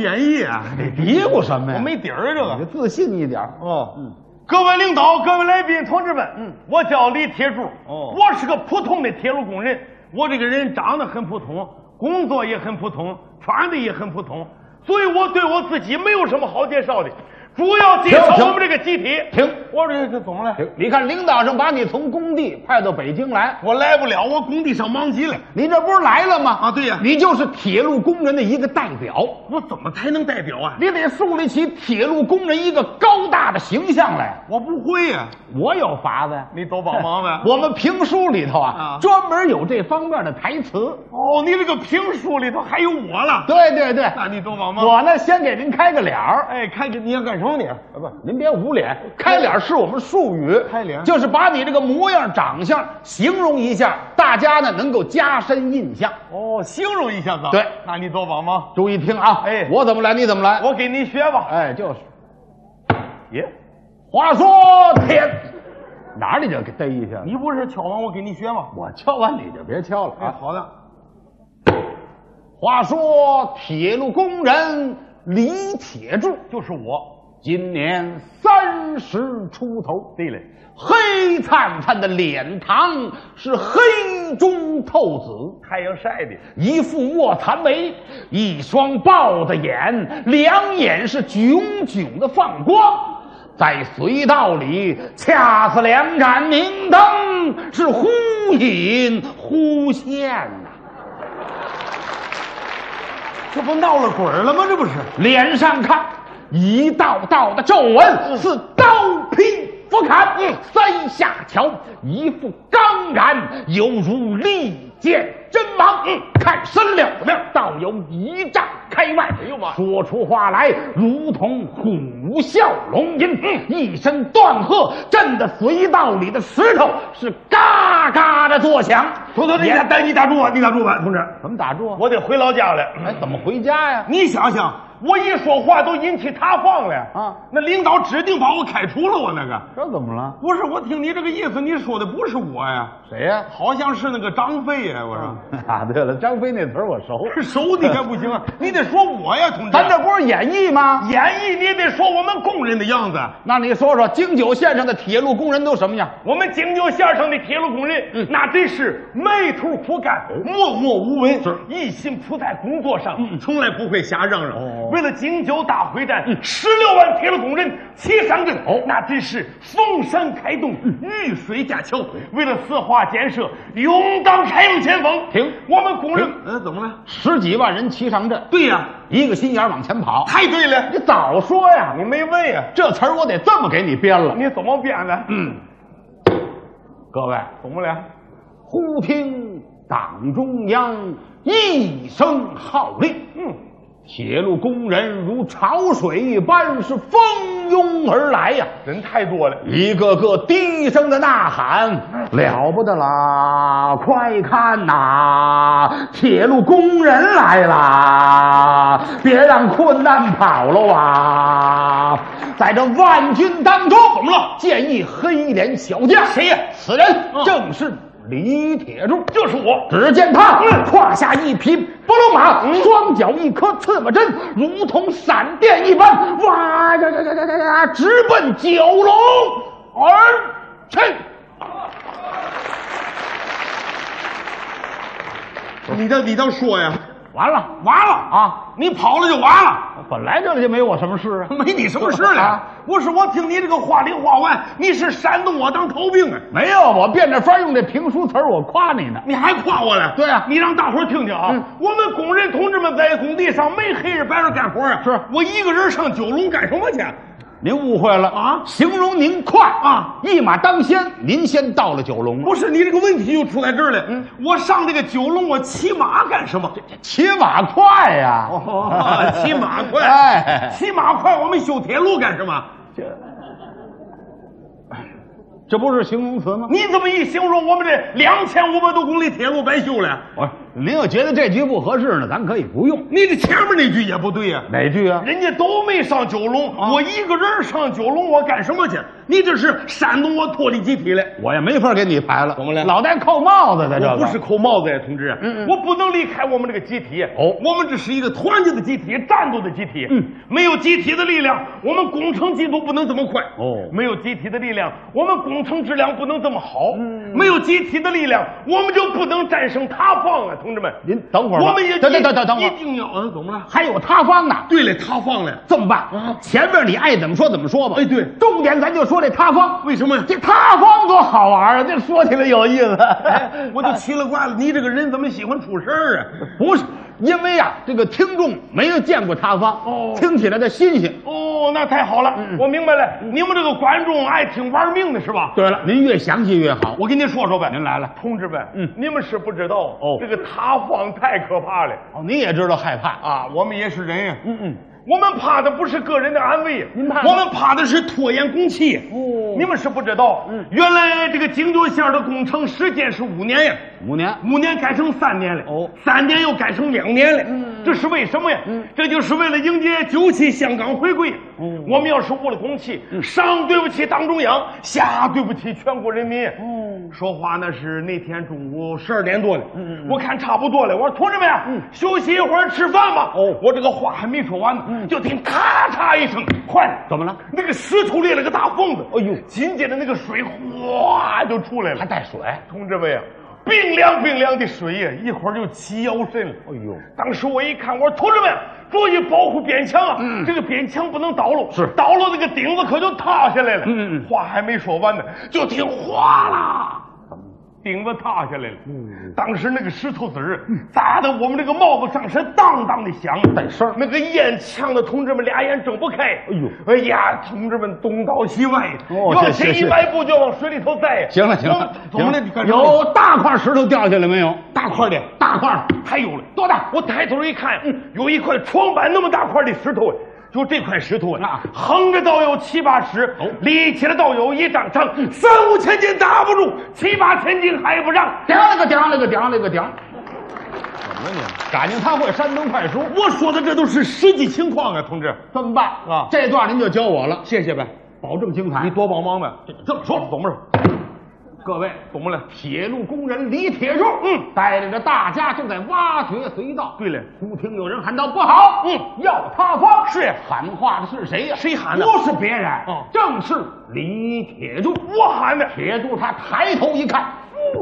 Speaker 4: 演绎啊，你嘀咕什么呀？我没底儿啊，这个。你自信一点哦。嗯，各位领导、各位来宾、同志们，嗯，我叫李铁柱，哦，我是个普通的铁路工人。我这个人长得很普通，工作也很普通，穿的也很普通，所以我对我自己没有什么好介绍的。主要介绍
Speaker 9: 停停
Speaker 4: 我们这个集体。
Speaker 9: 停
Speaker 4: 我这这怎么了？
Speaker 9: 行你看领导是把你从工地派到北京来，
Speaker 4: 我来不了，我工地上忙极了。
Speaker 9: 你这不是来了吗？
Speaker 4: 啊对呀
Speaker 9: 你就是铁路工人的一个代表，
Speaker 4: 我怎么才能代表啊？
Speaker 9: 你得树立起铁路工人一个高大的形象来。
Speaker 4: 我不会呀、
Speaker 9: 我有法子呀，
Speaker 4: 你都帮忙呗
Speaker 9: 我们评书里头
Speaker 4: 啊
Speaker 9: 啊，专门有这方面的台词。
Speaker 4: 哦，你这个评书里头还有我了，
Speaker 9: 对对对，
Speaker 4: 那你都帮忙。
Speaker 9: 我呢先给您开个脸儿。
Speaker 4: 哎，看见你要干什么你？啊不，
Speaker 9: 您别捂脸，开脸是我们术语，
Speaker 4: 开脸
Speaker 9: 就是把你这个模样、长相形容一下，大家呢能够加深印象。
Speaker 4: 哦，形容一下子。
Speaker 9: 对
Speaker 4: 那你都帮忙。
Speaker 9: 注意听啊，
Speaker 4: 哎
Speaker 9: 我怎么来，你怎么来。
Speaker 4: 我给你学吧。
Speaker 9: 哎，就是。
Speaker 4: 耶，
Speaker 9: 话说天，哪儿你就给逮一下？
Speaker 4: 你不是敲完我给你学吗？
Speaker 9: 我敲完你就别敲了
Speaker 4: 哎，
Speaker 9: 啊！
Speaker 4: 好的。
Speaker 9: 话说铁路工人李铁柱，
Speaker 4: 就是我。
Speaker 9: 今年三十出头，对了，黑灿灿的脸膛是黑中透紫，
Speaker 4: 太阳晒的。
Speaker 9: 一副卧蚕眉，一双豹子眼，两眼是炯炯的放光。在隧道里恰似两盏明灯，是忽隐忽现呐、
Speaker 4: 这不闹了鬼儿了吗？这不是。
Speaker 9: 脸上看一道道的皱纹，
Speaker 4: 嗯
Speaker 9: 似刀劈斧砍，三下桥一副刚然，犹如利剑真芒。
Speaker 4: 嗯
Speaker 9: 看身了面，倒有一丈开外。哎呦妈！说出话来如同虎啸龙吟，
Speaker 4: 嗯
Speaker 9: 一声断喝，震得隧道里的石头是嘎嘎的作响。
Speaker 4: 头头，你打，等你打住啊！你打住吧，同志。
Speaker 9: 怎么打住啊？
Speaker 4: 我得回老家了。
Speaker 9: 哎，怎么回家呀？
Speaker 4: 你想想，我一说话都引起塌方了
Speaker 9: 啊！
Speaker 4: 那领导指定把我开除了，我那个
Speaker 9: 这怎么了？
Speaker 4: 不是。我听你这个意思，你说的不是我呀，啊
Speaker 9: 谁呀、
Speaker 4: 好像是那个张飞呀，我说。
Speaker 9: 啊，对了，张飞那词儿我 熟。
Speaker 4: 手你还不行 啊，你得说我呀，同志。
Speaker 9: 咱这不是演绎吗？
Speaker 4: 演绎，你得说我们工人的样子。
Speaker 9: 那你说说，京九线上的铁路工人都什么样？嗯
Speaker 4: 我们京九线上的铁路工人，那真是埋头苦干，
Speaker 9: 哦
Speaker 4: 默默无闻，一心扑在工作上，
Speaker 9: 嗯
Speaker 4: 从来不会瞎嚷嚷。
Speaker 9: 哦
Speaker 4: 为了京九大会战，
Speaker 9: 嗯
Speaker 4: 十六万铁路工人齐上阵，
Speaker 9: 哦
Speaker 4: 那真是逢山开洞，
Speaker 9: 嗯
Speaker 4: 遇水架桥。为了四化建设，勇当开路前锋。
Speaker 9: 停
Speaker 4: 我们工人
Speaker 9: 停，
Speaker 4: 嗯，怎么了？
Speaker 9: 十几万人齐上阵，
Speaker 4: 对呀、
Speaker 9: 一个心眼儿往前跑。
Speaker 4: 太对了
Speaker 9: 你，早说呀！
Speaker 4: 你没问呀、
Speaker 9: 这词儿我得这么给你编了。
Speaker 4: 你怎么编的？
Speaker 9: 嗯，各位，
Speaker 4: 怎么了？
Speaker 9: 忽听党中央一声号令，
Speaker 4: 嗯，
Speaker 9: 铁路工人如潮水一般是蜂拥而来呀、
Speaker 4: 人太多了。
Speaker 9: 一个个低声的呐喊，了不得啦！快看呐、铁路工人来啦！别让困难跑了啊！在这
Speaker 4: 嗯
Speaker 9: 万军当中，怎么了？见一黑脸小将，谁呀、此人正是李铁柱，就是我。只见他
Speaker 4: 嗯
Speaker 9: 胯下一匹伯龙马，双脚一颗刺马针，如同闪电一般，哇呀呀呀呀呀呀，直奔九龙而去。
Speaker 4: 你倒你倒说呀，
Speaker 9: 完了，完了啊！
Speaker 4: 你跑了就完了，
Speaker 9: 本来这里就没我什么事啊，
Speaker 4: 没你什么事了
Speaker 9: 啊。
Speaker 4: 不是我听你这个话里话外，你是煽动我当头病啊！
Speaker 9: 没有，我变着法儿用这评书词儿，我夸你呢。
Speaker 4: 你还夸我了？
Speaker 9: 对啊
Speaker 4: 你让大伙儿听听啊！
Speaker 9: 嗯
Speaker 4: 我们工人同志们在工地上没黑着白着干活啊，
Speaker 9: 是
Speaker 4: 我一个人上九龙干什么去？
Speaker 9: 您误会了
Speaker 4: 啊
Speaker 9: 形容您快
Speaker 4: 啊，
Speaker 9: 一马当先，您先到了九龙了。
Speaker 4: 不是你这个问题就出在这儿了。嗯，我上这个九龙，我骑马干什么？
Speaker 9: 骑马快呀、
Speaker 4: 哦， 骑马快，
Speaker 9: 哎
Speaker 4: 骑马快，我们修铁路干什么？
Speaker 9: 这不是形容词吗？
Speaker 4: 你这么一形容，我们这两千五百多公里铁路白修了。
Speaker 9: 我您要觉得这句不合适呢，咱可以不用。
Speaker 4: 你这前面那句也不对呀、
Speaker 9: 哪句啊？
Speaker 4: 人家都没上九龙，
Speaker 9: 哦
Speaker 4: 我一个人上九龙，我干什么去？你这是煽动我脱离集体了。
Speaker 9: 我也没法给你排了，
Speaker 4: 怎么了
Speaker 9: 老戴扣帽子的这
Speaker 4: 我
Speaker 9: 个嗯
Speaker 4: 不是扣帽子呀，同志，啊我不能离开我们这个集体。啊
Speaker 9: 哦
Speaker 4: 我们这是一个团结的集体，战斗的集体。
Speaker 9: 嗯，
Speaker 4: 没有集体的力量，我们工程进度不能这么快。
Speaker 9: 哦
Speaker 4: 没有集体的力量，我们工程质量不能这么好。
Speaker 9: 嗯
Speaker 4: 没有集体的力量，我们就不能战胜塌方啊，同志们。
Speaker 9: 您等会儿吧
Speaker 4: 我们也
Speaker 9: 等等等等等会儿
Speaker 4: 一定要嗯，怎么了？
Speaker 9: 还有塌方呢。
Speaker 4: 对了，塌方了。
Speaker 9: 这么办
Speaker 4: 啊
Speaker 9: 前面你爱怎么说怎么说吧。
Speaker 4: 哎对
Speaker 9: 重点咱就说这塌方。
Speaker 4: 为什么呀
Speaker 9: 这塌方多好玩啊！这说起来有意思。
Speaker 4: 哎，我就奇了怪了，你这个人怎么喜欢出事儿啊？
Speaker 9: 不是，因为啊，这个听众没有见过塌方，
Speaker 4: 哦
Speaker 9: 听起来的新鲜。
Speaker 4: 哦，那太好了，
Speaker 9: 嗯
Speaker 4: 我明白了，你们这个观众爱听玩命的是吧？
Speaker 9: 对了，您越详细越好。
Speaker 4: 我跟您说说呗。
Speaker 9: 您来了
Speaker 4: 同志们，
Speaker 9: 嗯
Speaker 4: 你们是不知道
Speaker 9: 哦
Speaker 4: 这个塌方太可怕了
Speaker 9: 哦，你也知道害怕啊？
Speaker 4: 啊！我们也是人呀，
Speaker 9: 嗯嗯。
Speaker 4: 我们怕的不是个人的安危，
Speaker 9: 您怕什么
Speaker 4: 我们怕的是拖延工期。
Speaker 9: 哦
Speaker 4: 你们是不知道，嗯，原来这个京九线的工程时间是五年呀，
Speaker 9: 五年
Speaker 4: 五年改成三年了，
Speaker 9: 哦
Speaker 4: 三年又改成两年了，嗯，这是为什么呀？嗯，这就是为了迎接九七香港回归。
Speaker 9: 哦
Speaker 4: 我们要是误了工期，
Speaker 9: 嗯
Speaker 4: 上对不起党中央，下对不起全国人民。
Speaker 9: 哦
Speaker 4: 说话那是那天中午十二点多了，
Speaker 9: 嗯
Speaker 4: 我看差不多了，我说同志们，休息一会儿吃饭吧。
Speaker 9: 哦嗯
Speaker 4: 我这个话还没说完呢，就听咔嚓一声，快了，
Speaker 9: 怎么了
Speaker 4: 那个石头裂了个大缝子，
Speaker 9: 哎呦
Speaker 4: 紧接着那个水哗就出来了，
Speaker 9: 还带水
Speaker 4: 同志们呀，冰凉冰凉的水呀，一会儿就齐腰身了。
Speaker 9: 哎呦
Speaker 4: 当时我一看，我说同志们注意保护边墙啊，这个边墙不能倒了，
Speaker 9: 嗯是
Speaker 4: 倒了这个顶子可就塌下来了。
Speaker 9: 嗯嗯嗯
Speaker 4: 话还没说完呢，就听哗啦。顶子塌下来了，
Speaker 9: 嗯
Speaker 4: 当时那个石头子儿砸的我们这个帽子上是当当的响，
Speaker 9: 带声儿
Speaker 4: 那个烟呛的同志们俩眼睁不开。哎
Speaker 9: 呦，
Speaker 4: 哎呀，同志们东倒西歪，
Speaker 9: 哦
Speaker 4: 往
Speaker 9: 是是
Speaker 4: 前一
Speaker 9: 是
Speaker 4: 迈步就往水里头栽。
Speaker 9: 行了行了，
Speaker 4: 我们
Speaker 9: 行
Speaker 4: 怎
Speaker 9: 了
Speaker 4: 么的？
Speaker 9: 有大块石头掉下来没有？
Speaker 4: 大块的，
Speaker 9: 大块儿
Speaker 4: 还有了，多大？我抬头一看，嗯有一块床板那么大块的石头啊，就这块石头啊
Speaker 9: 啊，
Speaker 4: 横着倒有七八十，
Speaker 9: 哦
Speaker 4: 立起来倒有一丈长，三五千斤打不住，七八千斤还不让。
Speaker 9: 顶了个顶了个顶了个顶。怎么你？感情他会山东快书，
Speaker 4: 我说的这都是实际情况啊，同志。
Speaker 9: 这么办
Speaker 4: 啊
Speaker 9: 这段您就教我了，谢谢呗，保证精彩。
Speaker 4: 你多帮忙呗。
Speaker 9: 这么说，懂不懂？各位，
Speaker 4: 怎么了？
Speaker 9: 铁路工人李铁柱，
Speaker 4: 嗯
Speaker 9: 带领着大家正在挖掘隧道。
Speaker 4: 对了
Speaker 9: 忽听有人喊道：“不好！”
Speaker 4: 嗯，
Speaker 9: 要塌方。
Speaker 4: 是
Speaker 9: 喊话的是谁呀？
Speaker 4: 谁喊的
Speaker 9: 不是别人，
Speaker 4: 哦
Speaker 9: 正是李铁柱。
Speaker 4: 我喊的。嗯
Speaker 9: 铁柱他抬头一看，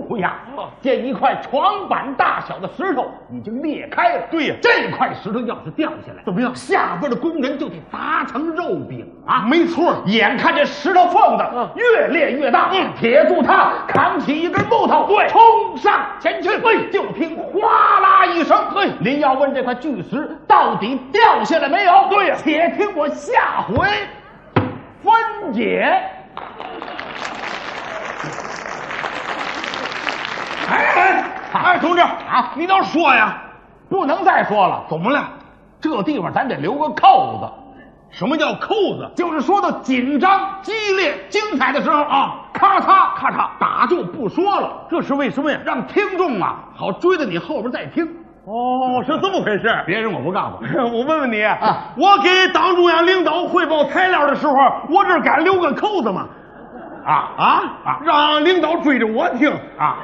Speaker 9: 呼呀
Speaker 4: 哦，
Speaker 9: 见一块床板大小的石头已经裂开了。
Speaker 4: 对呀
Speaker 9: 这块石头要是掉下来，
Speaker 4: 怎么样
Speaker 9: 下边的工人就得砸成肉饼啊！
Speaker 4: 没错嗯儿
Speaker 9: 眼看这石头缝子越裂越大，铁柱他扛起一根木头，对，冲上前去。就听哗啦一声，对，您要问这块巨石到底掉下来没有？对呀，且听我下回分解。
Speaker 4: 哎哎哎，同志
Speaker 9: 啊
Speaker 4: 你倒说呀，
Speaker 9: 不能再说了，
Speaker 4: 怎么了？
Speaker 9: 这地方咱得留个扣子。
Speaker 4: 什么叫扣子？
Speaker 9: 就是说到紧张、激烈、精彩的时候啊，咔嚓咔嚓打就不说了，
Speaker 4: 这是为什么呀？
Speaker 9: 让听众啊好追着你后边再听。
Speaker 4: 哦，是这么回事。
Speaker 9: 别人我不告诉
Speaker 4: 我问问你，
Speaker 9: 啊
Speaker 4: 我给党中央领导汇报材料的时候，我这儿敢留个扣子吗？
Speaker 9: 啊
Speaker 4: 啊
Speaker 9: 啊
Speaker 4: 让领导追着我听
Speaker 9: 啊！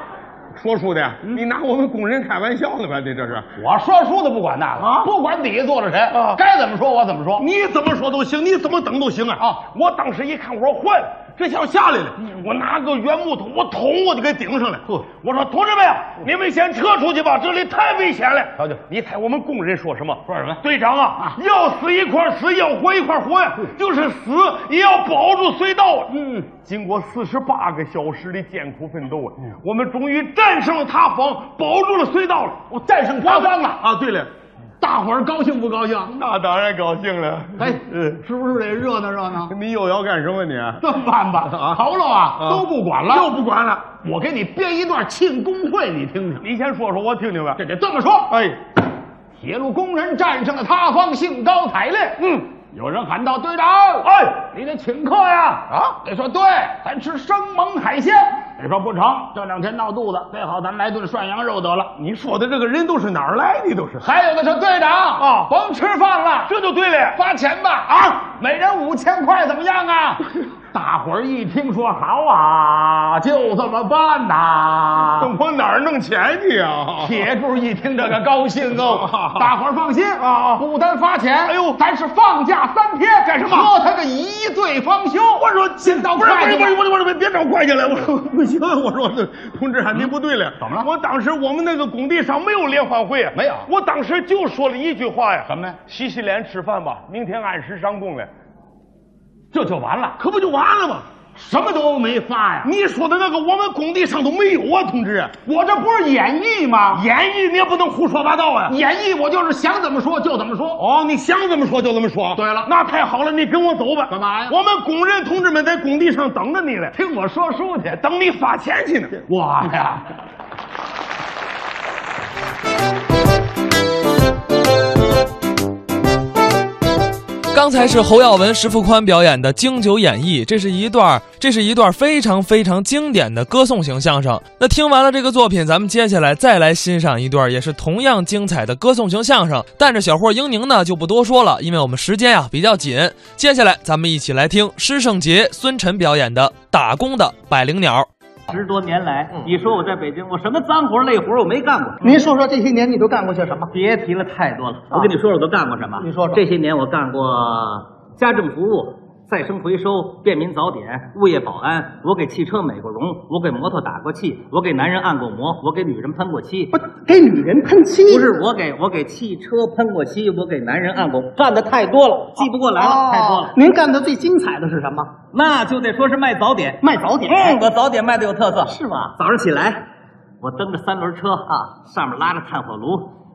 Speaker 7: 说书的呀，你拿我们古人开玩笑呢吧？你这是
Speaker 9: 我说书的不管那个，
Speaker 7: 啊
Speaker 9: 不管底下坐着谁，
Speaker 7: 啊
Speaker 9: 该怎么说我怎么说。
Speaker 7: 你怎么说都行，你怎么等都行啊！
Speaker 9: 啊嗯
Speaker 7: 我当时一看，我说坏了，这下下来了，我拿个圆木桶，我捅我就给顶上了。我说同志们，你们先撤出去吧，这里太危险了。
Speaker 9: 瞧瞧
Speaker 7: 你猜我们工人说什么？
Speaker 9: 说什么
Speaker 7: 队长啊，要死一块儿死，要活一块儿活呀，就是死也要保住隧道。嗯，经过四十八个小时的艰苦奋斗
Speaker 9: 嗯
Speaker 7: 啊，我们终于战胜了塌方，保住了隧道了。
Speaker 9: 我战胜夸张了，
Speaker 7: 啊，对了，
Speaker 9: 大伙儿高兴不高兴？
Speaker 4: 啊
Speaker 7: 那当然高兴了。
Speaker 9: 哎，
Speaker 7: 嗯，
Speaker 9: 是不是得热闹热闹？
Speaker 7: 你又要干什么你？
Speaker 9: 这么办吧，
Speaker 7: 啊
Speaker 9: 头了啊，都不管了，
Speaker 7: 又不管了。
Speaker 9: 我给你编一段庆功会，你听听。
Speaker 7: 你先说说，我听听吧
Speaker 9: 这。得这么说，
Speaker 7: 哎，
Speaker 9: 铁路工人战胜了塌方，兴高采烈。嗯，有人喊道：“队长，
Speaker 7: 哎，
Speaker 9: 你得请客呀！”啊，得说对，咱吃生猛海鲜。得说不成，这两天闹肚子，最好咱来顿涮羊肉得了。
Speaker 7: 你说的这个人都是哪儿来的？都是，
Speaker 9: 还有的说队长
Speaker 7: 啊
Speaker 9: 甭吃饭了，
Speaker 7: 这就对了。
Speaker 9: 发钱吧啊，每人五千块，怎么样 啊？大伙儿一听说好啊，就这么办呐、
Speaker 7: 往哪儿弄钱去啊？，
Speaker 9: 铁柱一听这个高兴哦 大伙儿放心
Speaker 7: 啊啊
Speaker 9: 不单发钱，
Speaker 7: 哎呦
Speaker 9: 咱是放假三天，干
Speaker 7: 什么
Speaker 9: 喝他个一醉方休。
Speaker 7: 我说
Speaker 9: 先到
Speaker 7: 不是不是
Speaker 9: 会计
Speaker 7: 不
Speaker 9: 吧
Speaker 7: 是不是不是，别别找会计了，我说不行，我说这同志啊，您不对了，
Speaker 9: 怎么了
Speaker 7: 我当时我们那个工地上没有联欢会，啊
Speaker 9: 没有
Speaker 7: 我当时就说了一句话呀，
Speaker 9: 什么呀
Speaker 7: 洗洗脸吃饭吧，明天按时上工了，
Speaker 9: 这就完了，
Speaker 7: 可不就完了吗？
Speaker 9: 什么都没发呀。
Speaker 7: 你说的那个我们工地上都没有啊，同志，
Speaker 9: 我这不是演绎吗？
Speaker 7: 演绎你也不能胡说八道啊。
Speaker 9: 演绎我就是想怎么说就怎么说。
Speaker 7: 哦，你想怎么说就怎么说。
Speaker 9: 对了
Speaker 7: 那太好了，你跟我走吧。
Speaker 9: 干嘛呀
Speaker 7: 我们工人同志们在工地上等着你了，
Speaker 9: 听我说书去，
Speaker 7: 等你发钱去呢。
Speaker 9: 我呀。
Speaker 1: 刚才是侯耀文、石富宽表演的《京九演义》，这是一段儿，这是一段非常非常经典的歌颂型相声。那听完了这个作品，咱们接下来再来欣赏一段，也是同样精彩的歌颂型相声。但这小霍英宁呢就不多说了，因为我们时间啊比较紧。接下来咱们一起来听施圣杰、孙晨表演的《打工的百灵鸟》。
Speaker 4: 十多年来，你说我在北京，我什么脏活累活我没干过。
Speaker 6: 您说说这些年你都干过些什么？
Speaker 4: 别提了，太多了。我跟你说说我都干过什么？
Speaker 6: 你说说
Speaker 4: 这些年我干过家政服务、再生回收、便民早点、物业保安。我给汽车美过容，我给摩托打过气，我给男人按过摩，我给女人喷过漆。
Speaker 6: 不给女人喷漆？
Speaker 4: 不是我给我给汽车喷过漆，我给男人按过，干的太多了，记不过来了，
Speaker 6: 哦
Speaker 4: 太多了。
Speaker 6: 您干的最精彩的是什么？
Speaker 4: 那就得说是卖早点，
Speaker 6: 卖早点。哎
Speaker 4: 嗯，我早点卖的有特色，
Speaker 6: 是吗
Speaker 4: 早上起来，我蹬着三轮车啊，上面拉着炭火炉，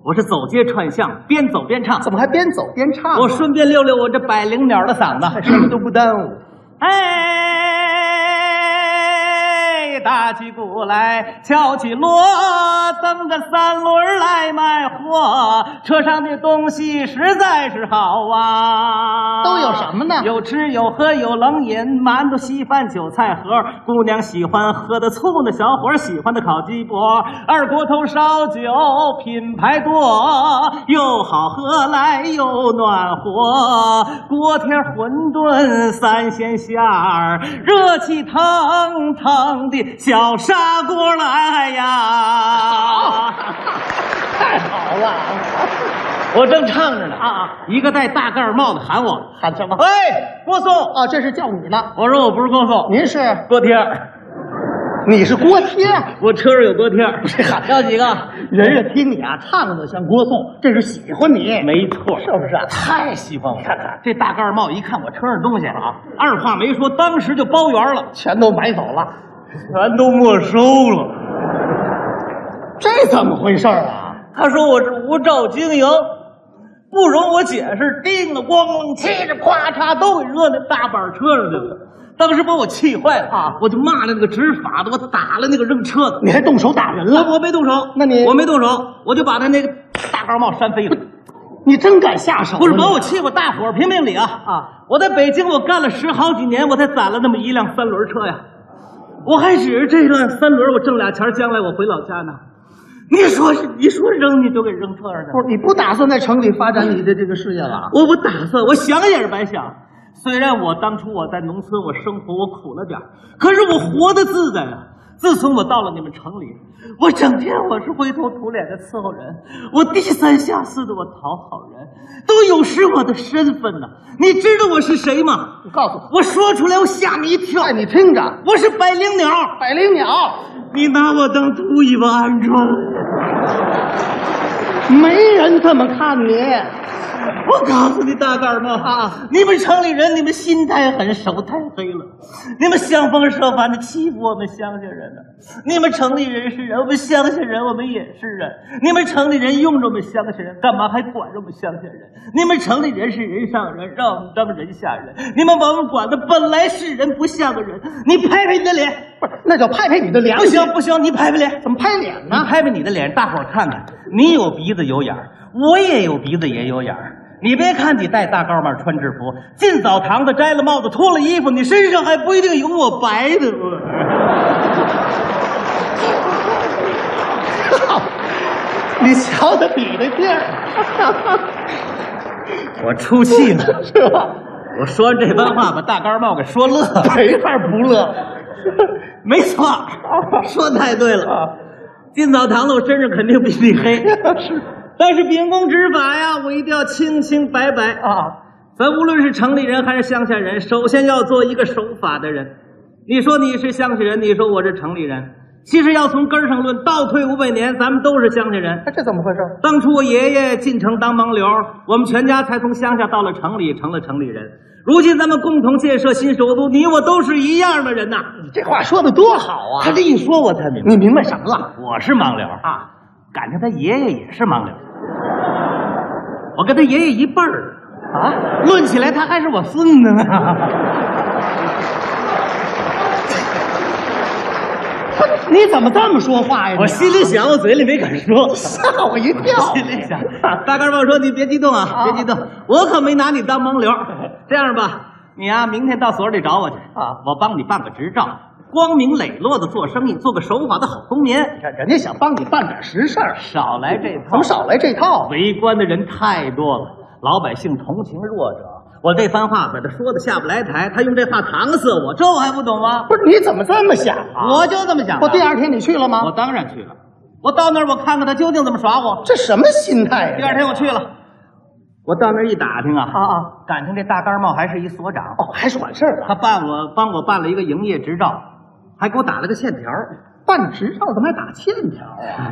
Speaker 4: 我是走街串巷，边走边唱
Speaker 6: 怎。么还边走边唱？哎
Speaker 4: 我顺便溜溜我这百灵鸟的嗓子，
Speaker 6: 什么都不耽误。
Speaker 4: 哎，打起鼓来，敲起锣，蹬着三轮来卖货，车上的东西实在是好啊！
Speaker 6: 都有什么呢
Speaker 4: 有吃有喝有冷饮，馒头、稀饭、韭菜盒，姑娘喜欢喝的醋呢，小伙儿喜欢的烤鸡脖，二锅头烧酒品牌多，又好喝来又暖和，锅贴馄饨三鲜馅儿，热气腾腾的小砂锅来呀！
Speaker 6: 太好了，
Speaker 4: 我正唱着呢啊，一个戴大盖帽的喊我，
Speaker 6: 喊什么？
Speaker 4: 哎，郭松，
Speaker 7: 啊
Speaker 6: 哦，这是叫你呢。
Speaker 4: 我说我不是郭松，
Speaker 6: 您是？
Speaker 4: 锅贴儿，
Speaker 6: 你是锅贴？
Speaker 4: 我车上有锅贴儿，要几个？
Speaker 6: 人家听你啊，唱的像郭颂，这是喜欢你，
Speaker 4: 没错，
Speaker 6: 是不是啊？
Speaker 4: 太喜欢我了！看看这大盖帽，一看我车上东西啊，二话没说，当时就包圆了，
Speaker 6: 全都买走了，
Speaker 4: 全都没收了。
Speaker 6: 这怎么回事儿啊？
Speaker 4: 他说我是无照经营，不容我解释，叮了咣啷，嘁着咵嚓都给热那大板车上去了。当时把我气坏了
Speaker 6: 啊
Speaker 4: 我就骂了那个执法的，我打了那个扔车的。
Speaker 6: 你还动手打人
Speaker 4: 我
Speaker 6: 了？
Speaker 4: 我没动手，
Speaker 6: 那你
Speaker 4: 我没动手，我就把他那个大盖帽扇 飞了。
Speaker 6: 你真敢下手啊？
Speaker 4: 不是
Speaker 6: 你
Speaker 4: 把我气，我大伙儿评评理啊！
Speaker 6: 啊！
Speaker 4: 我在北京，我干了十好几年，我才攒了那么一辆三轮车呀。我还指着这辆三轮，我挣俩钱儿，将来我回老家呢。你说是，你说扔你就给扔车上去
Speaker 6: 不
Speaker 4: 了。
Speaker 6: 是你不打算在城里发展你的这个事业了？
Speaker 4: 我不打算，我想也是白想。虽然我当初我在农村，我生活我苦了点儿可是我活得自在啊。自从我到了你们城里，我整天我是灰头土脸的伺候人，我低三下四的我讨好人，都有失我的身份呐、你知道我是谁吗？
Speaker 6: 你告诉我，
Speaker 4: 我说出来我吓你一跳，
Speaker 6: 哎，你听着，
Speaker 4: 我是百灵鸟，
Speaker 6: 百灵鸟
Speaker 4: 你拿我当秃尾巴鹌鹑了。
Speaker 6: 没人这么看你，
Speaker 4: 我告诉你，大盖儿啊，你们城里人，你们心太狠，手太黑了，你们想方设法的欺负我们乡下人呢、你们城里人是人，我们乡下人我们也是人。你们城里人用着我们乡下人，干嘛还管着我们乡下人？你们城里人是人上人，让我们当人下人。你们把我们管的本来是人不像个人，你拍拍你的脸，
Speaker 6: 不是，那叫拍拍你的良
Speaker 4: 不
Speaker 6: 心。
Speaker 4: 行不行，你拍拍脸，
Speaker 6: 怎么拍脸
Speaker 4: 你
Speaker 6: 呢？
Speaker 4: 拍拍你的脸，大伙儿看看，你有鼻子有眼儿，我也有鼻子也有眼儿。你别看你戴大高帽穿制服，进澡堂子摘了帽子脱了衣服，你身上还不一定有我白的。
Speaker 6: 你瞧他比的劲儿，
Speaker 4: 我出气了，
Speaker 6: 是吧？
Speaker 4: 我说完这番话把大高帽给说乐了。
Speaker 6: 没法不乐。啊
Speaker 4: 没错，说太对了。进澡堂子，我身上肯定比你 黑。但是秉公执法呀，我一定要清清白白啊！咱无论是城里人还是乡下人，首先要做一个守法的人。你说你是乡下人，你说我是城里人，其实要从根儿上论，倒退五百年，咱们都是乡下人。
Speaker 6: 哎，这怎么回事？
Speaker 4: 当初我爷爷进城当盲流，我们全家才从乡下到了城里，成了城里人。如今咱们共同建设新首都，你我都是一样的人呐。
Speaker 6: 这话说的多好啊！
Speaker 4: 他这一说，我才明白，
Speaker 6: 你明白什么了？
Speaker 4: 我是盲流啊，感情他爷爷也是盲流，我跟他爷爷一辈儿啊，论起来他还是我孙子呢。
Speaker 6: 你怎么这么说话 呀？
Speaker 4: 我心里想，我嘴里没敢说。
Speaker 6: 吓我一跳。
Speaker 4: 心里想，大盖儿跟我说：“你别激动啊，别激动，我可没拿你当盲流。 这样吧，你呀、明天到所里找我去啊，我帮你办个执照，光明磊落的做生意，做个守法的好公民。
Speaker 6: 人人家想帮你办点实事儿，
Speaker 4: 少来这套，
Speaker 6: 怎么少来这套？
Speaker 4: 围观的人太多了，老百姓同情弱者。我这番话把他说的下不来台，他用这话搪塞我，这我还不懂吗？
Speaker 6: 不是你怎么这么想啊？
Speaker 4: 我就这么想的。
Speaker 6: 不，第二天你去了
Speaker 4: 我
Speaker 6: 吗？
Speaker 4: 当然去了。我到那儿，我看看他究竟怎么耍我。
Speaker 6: 这什么心态呀、
Speaker 4: 第二天我去了，我到那儿一打听啊，啊啊，感情这大盖帽还是一所长，
Speaker 6: 哦，还是管事儿啊？
Speaker 4: 他办我帮我办了一个营业执照，还给我打了个欠条。
Speaker 6: 办执照怎么还打欠条啊？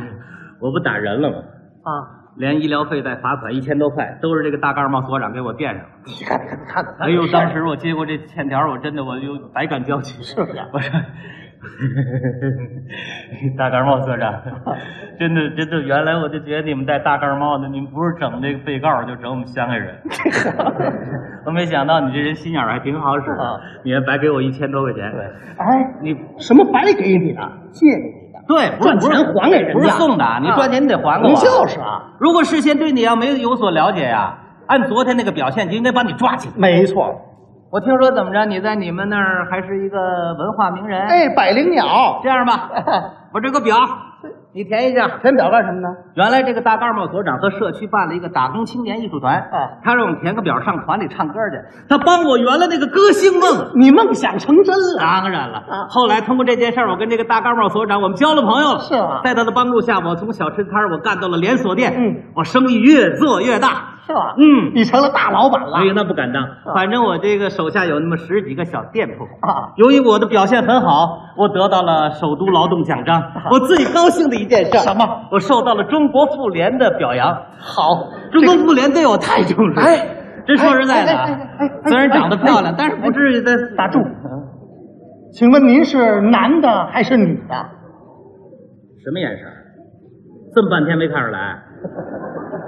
Speaker 4: 我不打人了吗？
Speaker 6: 啊，
Speaker 4: 连医疗费带罚款一千多块，都是这个大盖帽所长给我垫上了。
Speaker 6: 你看看看，
Speaker 4: 哎呦，当时我接过这欠条，我真的我就百感交集。是啊不是？我说， 大盖帽 所长，真的真的，原来我就觉得你们戴大盖帽的，你们不是整这个被告，就整我们乡下人。我没想到你这人心眼儿还挺好使的，你还白给我一千多块钱。
Speaker 6: 哎，
Speaker 4: 你
Speaker 6: 什么白给你的，借你的，
Speaker 4: 对，不是
Speaker 6: 赚钱还给人家
Speaker 4: 不是送的，你赚啊钱你得还给我。
Speaker 6: 你就是啊，
Speaker 4: 如果事先对你要没有有所了解呀、按昨天那个表现，就应该把你抓起来。
Speaker 6: 没错。
Speaker 4: 我听说怎么着，你在你们那儿还是一个文化名人。，
Speaker 6: 哎，百灵鸟，
Speaker 4: 这样吧， 我这有个表，你填一下。
Speaker 6: 填表干什么呢？
Speaker 4: 原来这个大盖帽所长和社区办了一个打工青年艺术团，
Speaker 6: 哎
Speaker 4: 他让我们填个表上团里唱歌去。他帮我圆了那个歌星梦。
Speaker 6: 你梦想成真了，
Speaker 4: 当然
Speaker 6: 嗯
Speaker 4: 了，后来通过这件事儿，我跟这个大盖帽所长我们交了朋友了。
Speaker 6: 是啊吗
Speaker 4: 在他的帮助下，我从小吃摊儿我干到了连锁店，
Speaker 6: 嗯，
Speaker 4: 我生意越做越大。
Speaker 6: 是吧？
Speaker 4: 嗯
Speaker 6: 你成了大老板了
Speaker 4: 哎。呀，那不敢当。反正我这个手下有那么十几个小店铺
Speaker 6: 啊。
Speaker 4: 由于我的表现很好，我得到了首都劳动奖章。我最高兴的一件事
Speaker 6: 啊什么？
Speaker 4: 我受到了中国妇联的表扬。好，中国妇联对我太重视。
Speaker 6: 哎，
Speaker 4: 这说实在的啊
Speaker 6: 哎哎哎哎，哎
Speaker 4: 虽然长得漂亮
Speaker 6: 哎，
Speaker 4: 但是不至于在
Speaker 6: 打住。请问您是男的还是女的？
Speaker 4: 什么眼神？这么半天没看出来，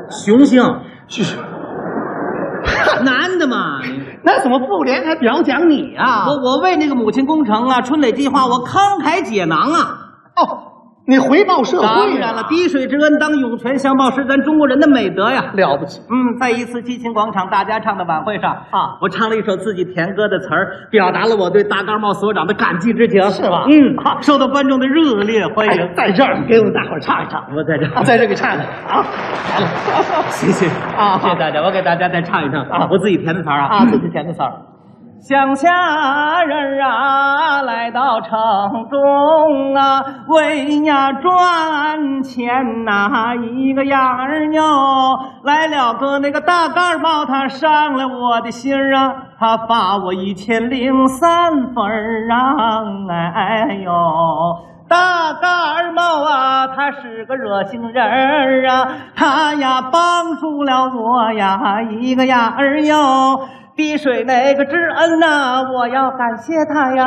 Speaker 4: 雄 性，男的 嘛。你
Speaker 6: 那怎么妇联还表奖你啊？
Speaker 4: 我我为那个母亲工程啊、春蕾计划，我慷慨解囊啊！
Speaker 6: 哦，你回报社会
Speaker 4: 当然了，滴水之恩当涌泉相报是咱中国人的美德呀。
Speaker 6: 了不起。
Speaker 4: 嗯，在一次激情广场大家唱的晚会上啊，我唱了一首自己填歌的词儿，表达了我对大高帽所长的感激之情，
Speaker 6: 是吧啊
Speaker 4: 嗯，受到观众的热烈欢
Speaker 6: 哎
Speaker 4: 迎。，
Speaker 6: 在这儿给我们大伙儿唱一唱，
Speaker 4: 我在这儿
Speaker 6: 啊在这儿给唱唱啊！
Speaker 4: 谢谢
Speaker 6: 啊
Speaker 4: 谢谢大家，我给大家再唱一唱啊，我自己填的词儿啊
Speaker 6: 啊，自己填的词儿。
Speaker 4: 乡下人啊，来到城中啊，为呀赚钱呐、一个样儿哟。来了个那个大盖帽，他上了我的心儿啊，他罚我一千零三分儿啊，哎呦。大盖儿帽啊，他是个热心人儿啊，他呀帮助了我呀一个呀儿哟，滴水那个之恩呐、我要感谢他呀。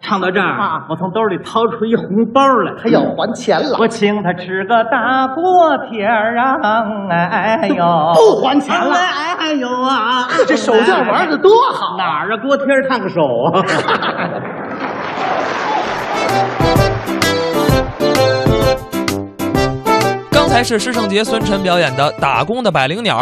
Speaker 4: 唱到这儿
Speaker 6: 啊，
Speaker 4: 我从兜里掏出一红包来，
Speaker 6: 他要还钱了，
Speaker 4: 我请他吃个大锅贴儿啊，哎呦，
Speaker 6: 不还钱了
Speaker 4: 哎哎呦啊，
Speaker 6: 这手绢玩的多好啊！
Speaker 4: 哪儿啊？锅贴儿烫个手啊！
Speaker 1: 刚才是师胜杰、孙晨表演的《打工的百灵鸟》，